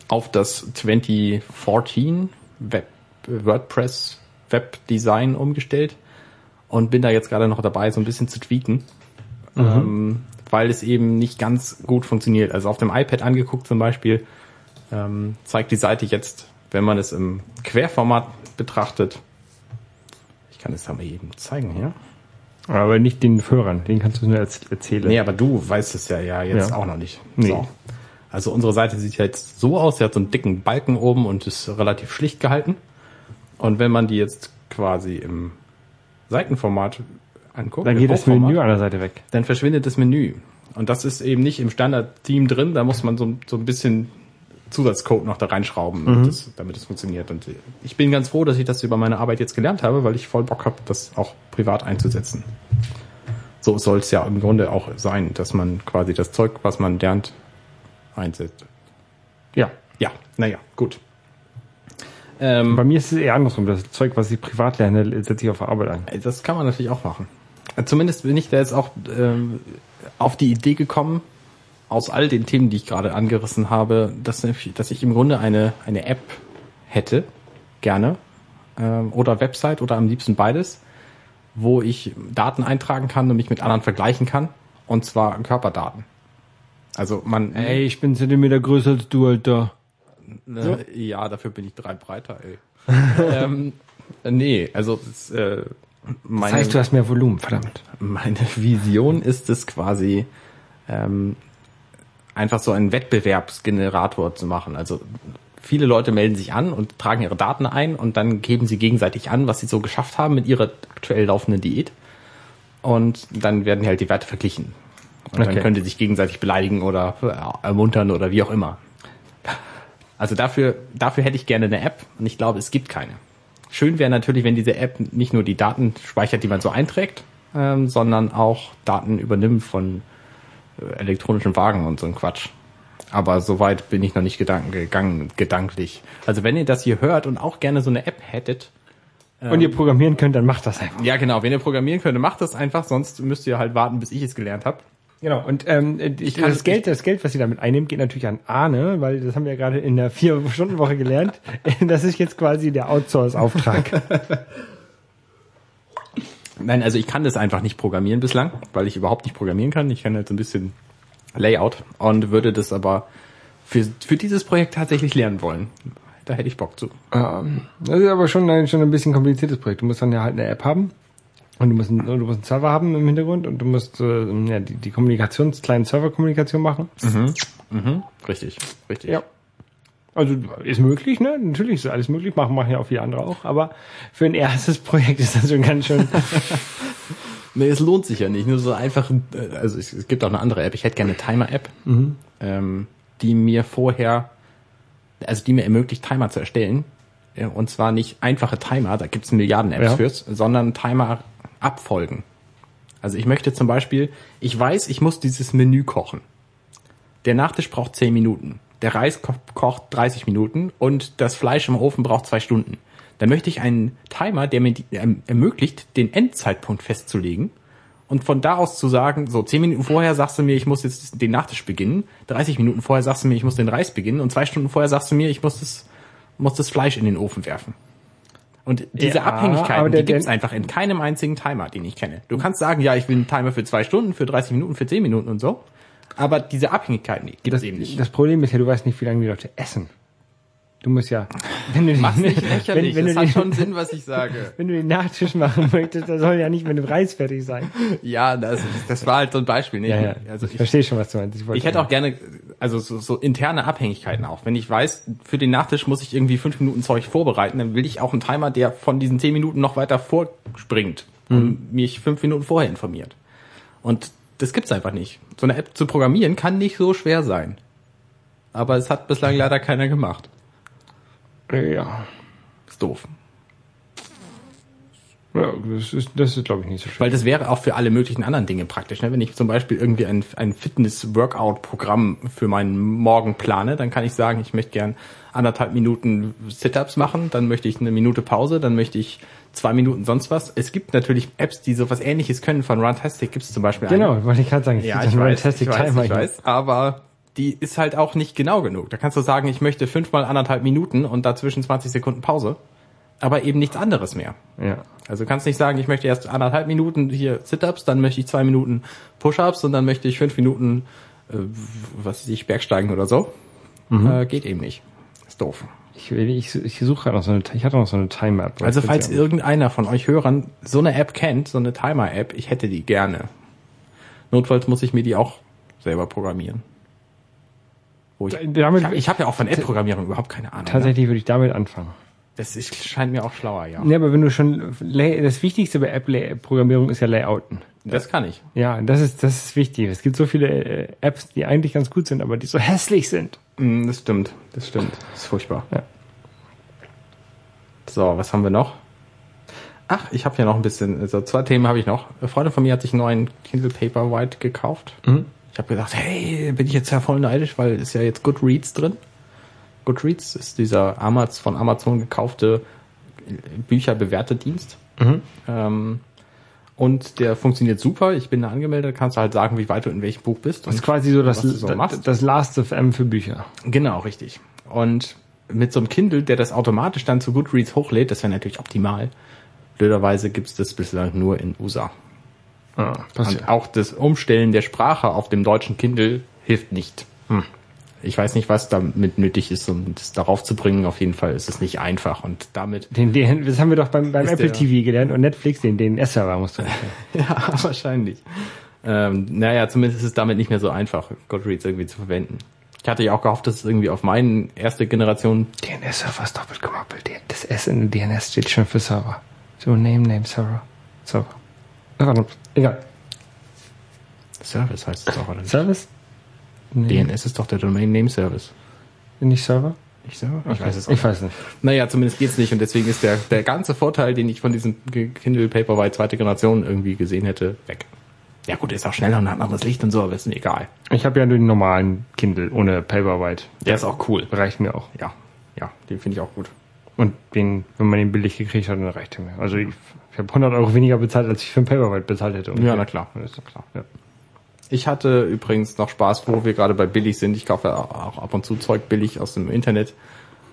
auf das 2014 Web, WordPress Webdesign umgestellt und bin da jetzt gerade noch dabei, so ein bisschen zu tweaken, ähm, weil es eben nicht ganz gut funktioniert. Also auf dem iPad angeguckt zum Beispiel ähm, zeigt die Seite jetzt, wenn man es im Querformat betrachtet, ich kann es da mal eben zeigen hier.
Aber nicht den Hörern, den kannst du nur erz- erzählen.
Nee, aber du weißt es ja, ja jetzt
Ja.
auch noch nicht.
Nee.
So. Also unsere Seite sieht ja jetzt so aus, sie hat so einen dicken Balken oben und ist relativ schlicht gehalten. Und wenn man die jetzt quasi im Seitenformat anguckt,
Dann
im
geht das
Hochformat,
Menü an der Seite weg.
dann verschwindet das Menü. Und das ist eben nicht im Standard-Theme drin, da muss man so, so ein bisschen Zusatzcode noch da reinschrauben, damit, es, damit es funktioniert. Und ich bin ganz froh, dass ich das über meine Arbeit jetzt gelernt habe, weil ich voll Bock habe, das auch privat einzusetzen. So soll es ja im Grunde auch sein, dass man quasi das Zeug, was man lernt, einsetzt.
Ja.
Ja, naja, gut. Ähm,
Bei mir ist es eher andersrum. Das Zeug, was ich privat lerne, setze ich auf der Arbeit an.
Äh, Das kann man natürlich auch machen. Äh, Zumindest bin ich da jetzt auch ähm, auf die Idee gekommen, aus all den Themen, die ich gerade angerissen habe, dass, ich- dass ich im Grunde eine, eine App hätte, gerne, ähm, oder Website oder am liebsten beides, wo ich Daten eintragen kann und mich mit anderen vergleichen kann, und zwar Körperdaten. Also man,
Ey, ich bin Zentimeter größer als du, Alter.
äh, ja, dafür bin ich drei breiter, ey. ähm, nee, also das, äh, meine,
Das heißt, du hast mehr Volumen, verdammt.
meine Vision ist es quasi, ähm, einfach so einen Wettbewerbsgenerator zu machen. Also viele Leute melden sich an und tragen ihre Daten ein und dann geben sie gegenseitig an, was sie so geschafft haben mit ihrer aktuell laufenden Diät. Und dann werden halt die Werte verglichen. Und
Okay.
dann können die sich gegenseitig beleidigen oder äh, ermuntern oder wie auch immer. Also dafür, dafür hätte ich gerne eine App und ich glaube, es gibt keine. Schön wäre natürlich, wenn diese App nicht nur die Daten speichert, die man so einträgt, ähm, sondern auch Daten übernimmt von äh, elektronischen Wagen und so ein Quatsch. Aber soweit bin ich noch nicht gedanken gegangen, gedanklich. Also wenn ihr das hier hört und auch gerne so eine App hättet,
und ihr programmieren könnt, dann macht das einfach.
ja genau, wenn ihr programmieren könnt, macht das einfach, sonst müsst ihr halt warten, bis ich es gelernt habe.
Genau. Und ähm,
kann-
das, Geld, das Geld, was ihr damit einnimmt, geht natürlich an Arne, weil das haben wir ja gerade in der Vier-Stunden-Woche gelernt. Das ist jetzt quasi der Outsource-Auftrag.
Nein, also ich kann das einfach nicht programmieren bislang, weil ich überhaupt nicht programmieren kann. Ich kann halt so ein bisschen Layout und würde das aber für, für dieses Projekt tatsächlich lernen wollen. Da hätte ich Bock zu.
Das ist aber schon ein, schon ein bisschen kompliziertes Projekt. Du musst dann ja halt eine App haben. Und du musst, einen, du musst einen Server haben im Hintergrund und du musst äh, ja, die, die Kommunikations, kleinen Serverkommunikation machen.
Richtig, richtig.
Ja. Also ist möglich, ne? Natürlich ist alles möglich, machen, machen ja auch viele andere auch, aber für ein erstes Projekt ist das schon ganz schön.
Nee, es lohnt sich ja nicht. Nur so einfach, äh, also es, es gibt auch eine andere App. Ich hätte gerne eine Timer-App, ähm, die mir vorher, also die mir ermöglicht, Timer zu erstellen. Äh, Und zwar nicht einfache Timer, da gibt's Milliarden Apps
Ja.
fürs, sondern Timer-Abfolgen. Also ich möchte zum Beispiel, ich weiß, ich muss dieses Menü kochen. Der Nachtisch braucht 10 Minuten. Der Reis ko kocht 30 Minuten und das Fleisch im Ofen braucht zwei Stunden. Dann möchte ich einen Timer, der mir die, ähm, ermöglicht, den Endzeitpunkt festzulegen und von da aus zu sagen, so 10 Minuten vorher sagst du mir, ich muss jetzt den Nachtisch beginnen, 30 Minuten vorher sagst du mir, ich muss den Reis beginnen und zwei Stunden vorher sagst du mir, ich muss das, muss das Fleisch in den Ofen werfen. Und diese
Ja, aber
Abhängigkeiten,
der-
die gibt's
der-
einfach in keinem einzigen Timer, den ich kenne. Du kannst sagen, ja, ich will einen Timer für zwei Stunden, für 30 Minuten, für 10 Minuten und so. Aber diese Abhängigkeiten die gibt's
Das,
eben nicht.
das Problem ist ja, du weißt nicht, wie lange die Leute essen. Du musst ja, wenn du,
Mach's
den,
nicht lächerlich,
wenn, wenn,
es
du
hat
den,
schon Sinn, was ich sage.
wenn du den Nachtisch machen möchtest, da soll ja nicht mit dem Reis fertig sein.
Ja, das, das war halt so ein Beispiel. Nee, also
ich
ich,
verstehe schon, was du meinst. wollte-
ich hätte auch gerne, also so, so interne Abhängigkeiten auch. Wenn ich weiß, für den Nachtisch muss ich irgendwie fünf Minuten Zeug vorbereiten, dann will ich auch einen Timer, der von diesen zehn Minuten noch weiter vorspringt und mich fünf Minuten vorher informiert. Und das gibt's einfach nicht. So eine App zu programmieren kann nicht so schwer sein. Aber es hat bislang leider keiner gemacht.
Ja,
Ist doof.
ja das ist, das ist glaube ich, nicht so schwer.
Weil das wäre auch für alle möglichen anderen Dinge praktisch. Ne? Wenn ich zum Beispiel irgendwie ein, ein Fitness-Workout-Programm für meinen Morgen plane, dann kann ich sagen, ich möchte gern anderthalb Minuten Sit-Ups machen, dann möchte ich eine Minute Pause, dann möchte ich zwei Minuten sonst was. Es gibt natürlich Apps, die sowas ähnliches können. Von Runtastic gibt es zum Beispiel eine.
Genau, wollte ich gerade sagen. Ich
Ja,
krieg
ich
dann
weiß,
Fantastic
ich weiß,
Timer
ich
hier.
weiß, aber die ist halt auch nicht genau genug. Da kannst du sagen, ich möchte fünfmal anderthalb Minuten und dazwischen 20 Sekunden Pause, aber eben nichts anderes mehr.
Ja.
Also du kannst nicht sagen, ich möchte erst anderthalb Minuten hier Sit-Ups, dann möchte ich zwei Minuten Push-Ups und dann möchte ich fünf Minuten, äh, was weiß ich, Bergsteigen oder so. Äh, geht eben nicht. Ist doof.
Ich, ich, ich suche gerade noch so eine, ich hatte noch so eine Time-App.
Also falls irgendeiner von euch Hörern so eine App kennt, so eine Timer-App, ich hätte die gerne. Notfalls muss ich mir die auch selber programmieren. Wo ich ich
damit,
habe hab ja auch von App-Programmierung überhaupt keine Ahnung. Ne?
tatsächlich würde ich damit anfangen.
Das ist, scheint mir auch schlauer, ja.
Ja, aber wenn du schon, Lay- das Wichtigste bei App-Programmierung ist ja Layouten.
Das kann ich.
Ja, das ist, das ist wichtig. Es gibt so viele äh, Apps, die eigentlich ganz gut sind, aber die so hässlich sind.
Mm, Das stimmt, das stimmt. Das ist furchtbar.
Ja.
So, was haben wir noch? Ach, ich habe ja noch ein bisschen, also zwei Themen habe ich noch. Eine Freundin von mir hat sich einen neuen Kindle Paperwhite gekauft.
Mhm.
Ich habe gedacht, hey, bin ich jetzt ja voll neidisch, weil ist ja jetzt Goodreads drin. Goodreads ist dieser Amaz von Amazon gekaufte Bücherbewertedienst.
Mhm.
Ähm, und der funktioniert super. Ich bin da angemeldet, kannst du halt sagen, wie weit du in welchem Buch bist.
Das
Und-
ist quasi so das,
was du so
das,
machst.
das Last of M für Bücher.
Genau, richtig. Und mit so einem Kindle, der das automatisch dann zu Goodreads hochlädt, das wäre natürlich optimal. Blöderweise gibt's das bislang nur in USA.
Ah,
Und auch das Umstellen der Sprache auf dem deutschen Kindle hilft nicht. Ich weiß nicht, was damit nötig ist, um das darauf zu bringen. Auf jeden Fall ist es nicht einfach. Und damit
Den, den, das haben wir doch beim, beim
Ist
Apple
der-
TV gelernt und Netflix, den DNS-Server musst du.
Ja, wahrscheinlich. Ähm, naja, zumindest ist es damit nicht mehr so einfach, Goodreads irgendwie zu verwenden. Ich hatte ja auch gehofft, dass es irgendwie auf meinen erste Generation
DNS-Server ist doppelt gemoppelt. Das S in DNS steht schon für Server. So, Name, Name, Server. Server. Ach, warte, Egal.
Service heißt es auch, oder nicht?
Service?
DNS ist doch der Domain Name Service.
Nicht Server?
Nicht so? Ich
Okay.
weiß es auch
ich weiß nicht.
Naja, zumindest geht's nicht und deswegen ist der, der ganze Vorteil, den ich von diesem Kindle Paperwhite zweite Generation irgendwie gesehen hätte, weg. Ja gut, ist auch schneller und hat ein anderes Licht und so, aber ist mir egal.
Ich habe ja den normalen Kindle ohne Paperwhite.
Der ist auch cool.
Reicht mir auch.
Ja, ja, den finde ich auch gut.
Und den, wenn man den billig gekriegt hat, dann reicht er mir. Also ich, ich habe 100 Euro weniger bezahlt, als ich für einen Paperwhite bezahlt hätte.
Ja, na klar.
Das ist klar. Ja.
Ich hatte übrigens noch Spaß, wo wir gerade bei billig sind. Ich kaufe ja auch ab und zu Zeug billig aus dem Internet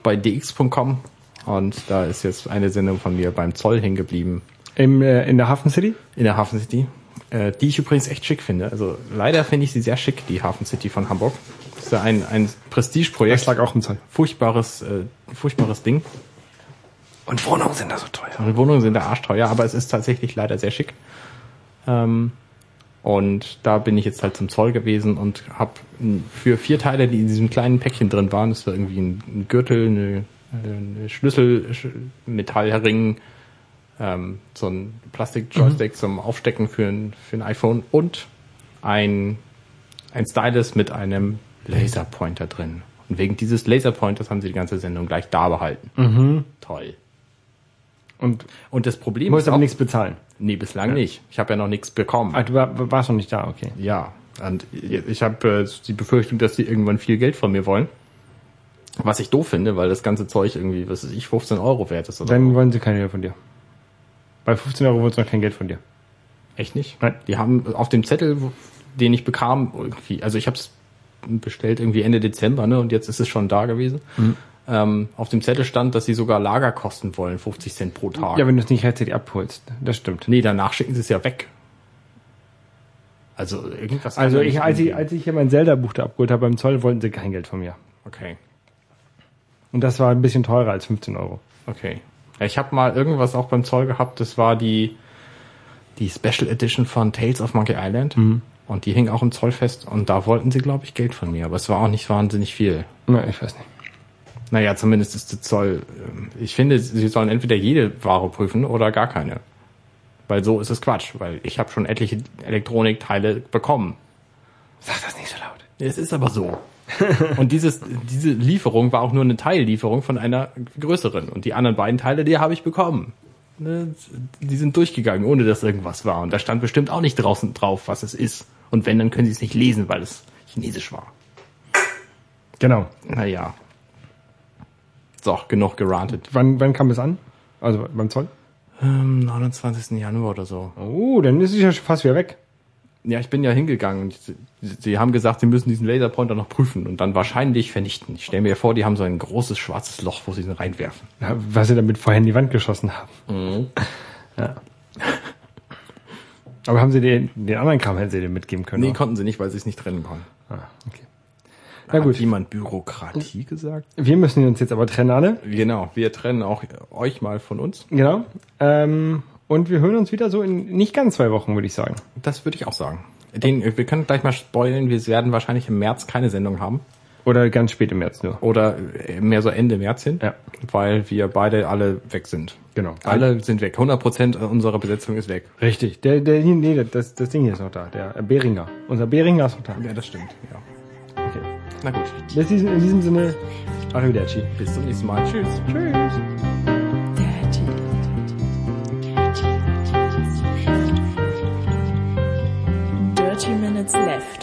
bei dx.com und da ist jetzt eine Sendung von mir beim Zoll hängen geblieben.
Im, äh, in der Hafen City?
in der Hafen City, äh, die ich übrigens echt schick finde. Also leider finde ich sie sehr schick, die Hafen City von Hamburg. Das ist ja ein, ein Prestigeprojekt,
auch im Zoll.
furchtbares, äh, furchtbares Ding.
Und Wohnungen sind da so teuer.
Die Wohnungen sind da arschteuer, aber es ist tatsächlich leider sehr schick. Ähm, und da bin ich jetzt halt zum Zoll gewesen und habe für vier Teile, die in diesem kleinen Päckchen drin waren, das war irgendwie ein, ein Gürtel, eine, eine Schlüssel, Sch- Metallring, ähm, so ein Plastik-Joystick zum Aufstecken für ein, für ein iPhone und ein, ein Stylus mit einem Laserpointer drin. Und wegen dieses Laserpointers haben sie die ganze Sendung gleich da behalten. Toll.
Und
Und das Problem
du musst
ist
aber
auch-
nichts bezahlen.
Nee, bislang nicht. Ich habe ja noch nichts bekommen.
Ah, du war, warst noch nicht da, okay.
Ja, und ich habe äh, die Befürchtung, dass die irgendwann viel Geld von mir wollen. Was ich doof finde, weil das ganze Zeug irgendwie, was weiß ich, 15 Euro wert ist. Oder
Dann
so.
wollen sie keine Geld von dir. Bei 15 Euro wurde es noch kein Geld von dir.
Echt nicht?
Nein.
Die haben auf dem Zettel, wo- den ich bekam, irgendwie, also ich habe es bestellt irgendwie Ende Dezember, ne? Und jetzt ist es schon da gewesen.
Mhm.
Ähm, auf dem Zettel stand, dass sie sogar Lagerkosten wollen, 50 Cent pro Tag.
Ja, wenn du es nicht rechtzeitig abholst. Das stimmt.
nee, danach schicken sie es ja weg. Also irgendwas. kann
Also
da
ich,
nicht
als ich,
angehen.
als ich hier mein Zelda-Buch da abgeholt habe beim Zoll, wollten sie kein Geld von mir.
Okay.
Und das war ein bisschen teurer als 15 Euro.
Okay. Ja, Ich habe mal irgendwas auch beim Zoll gehabt, das war die, die Special Edition von Tales of Monkey Island. Und die hing auch im Zoll fest und da wollten sie, glaube ich, Geld von mir. Aber es war auch nicht wahnsinnig viel.
Na, ich weiß nicht.
Naja, zumindest ist der Zoll. ähm, Ich finde, sie sollen entweder jede Ware prüfen oder gar keine. Weil so ist es Quatsch, weil ich habe schon etliche Elektronikteile bekommen.
Sag das nicht so laut.
Es ist aber so. Und dieses, diese Lieferung war auch nur eine Teillieferung von einer größeren. Und die anderen beiden Teile, die habe ich bekommen. Ne, Die sind durchgegangen, ohne dass irgendwas war. Und da stand bestimmt auch nicht draußen drauf, was es ist. Und wenn, dann können sie es nicht lesen, weil es chinesisch war.
Genau.
Naja. So, genug gerantet.
Wann, wann kam es an? Also beim Zoll?
Am 29. Januar oder so.
Oh, dann ist es ja schon fast wieder weg.
Ja, ich bin ja hingegangen und sie, sie haben gesagt, sie müssen diesen Laserpointer noch prüfen und dann wahrscheinlich vernichten. Ich stelle mir vor, die haben so ein großes schwarzes Loch, wo sie ihn reinwerfen.
Na, was sie damit vorher in die Wand geschossen haben. Mhm. Ja. Aber haben sie den, den anderen Kram hätten sie dir mitgeben können?
Nee,
oder?
konnten sie nicht, weil sie es nicht trennen konnten.
ah, okay. Na gut,
Hat jemand Bürokratie gesagt?
wir müssen uns jetzt aber trennen, alle.
Genau, wir trennen auch euch mal von uns.
Genau. Ähm, und wir hören uns wieder so in nicht ganz zwei Wochen, würde ich sagen.
Das würde ich auch sagen. Den, wir können gleich mal spoilen, wir werden wahrscheinlich im März keine Sendung haben.
Oder ganz spät im März nur.
Oder äh, mehr so Ende März hin.
Ja.
Weil wir beide alle weg sind.
Genau.
Alle sind weg. 100% unserer Besetzung ist weg.
Richtig. Der, der, nee, das, das Ding hier ist noch da. Der äh, Beringer. Unser Beringer ist noch da.
Ja, das stimmt. Ja.
Okay.
Na gut.
Das ist in diesem Sinne, arrivederci.
Bis zum nächsten Mal. Tschüss.
Tschüss.
Dirty minutes left.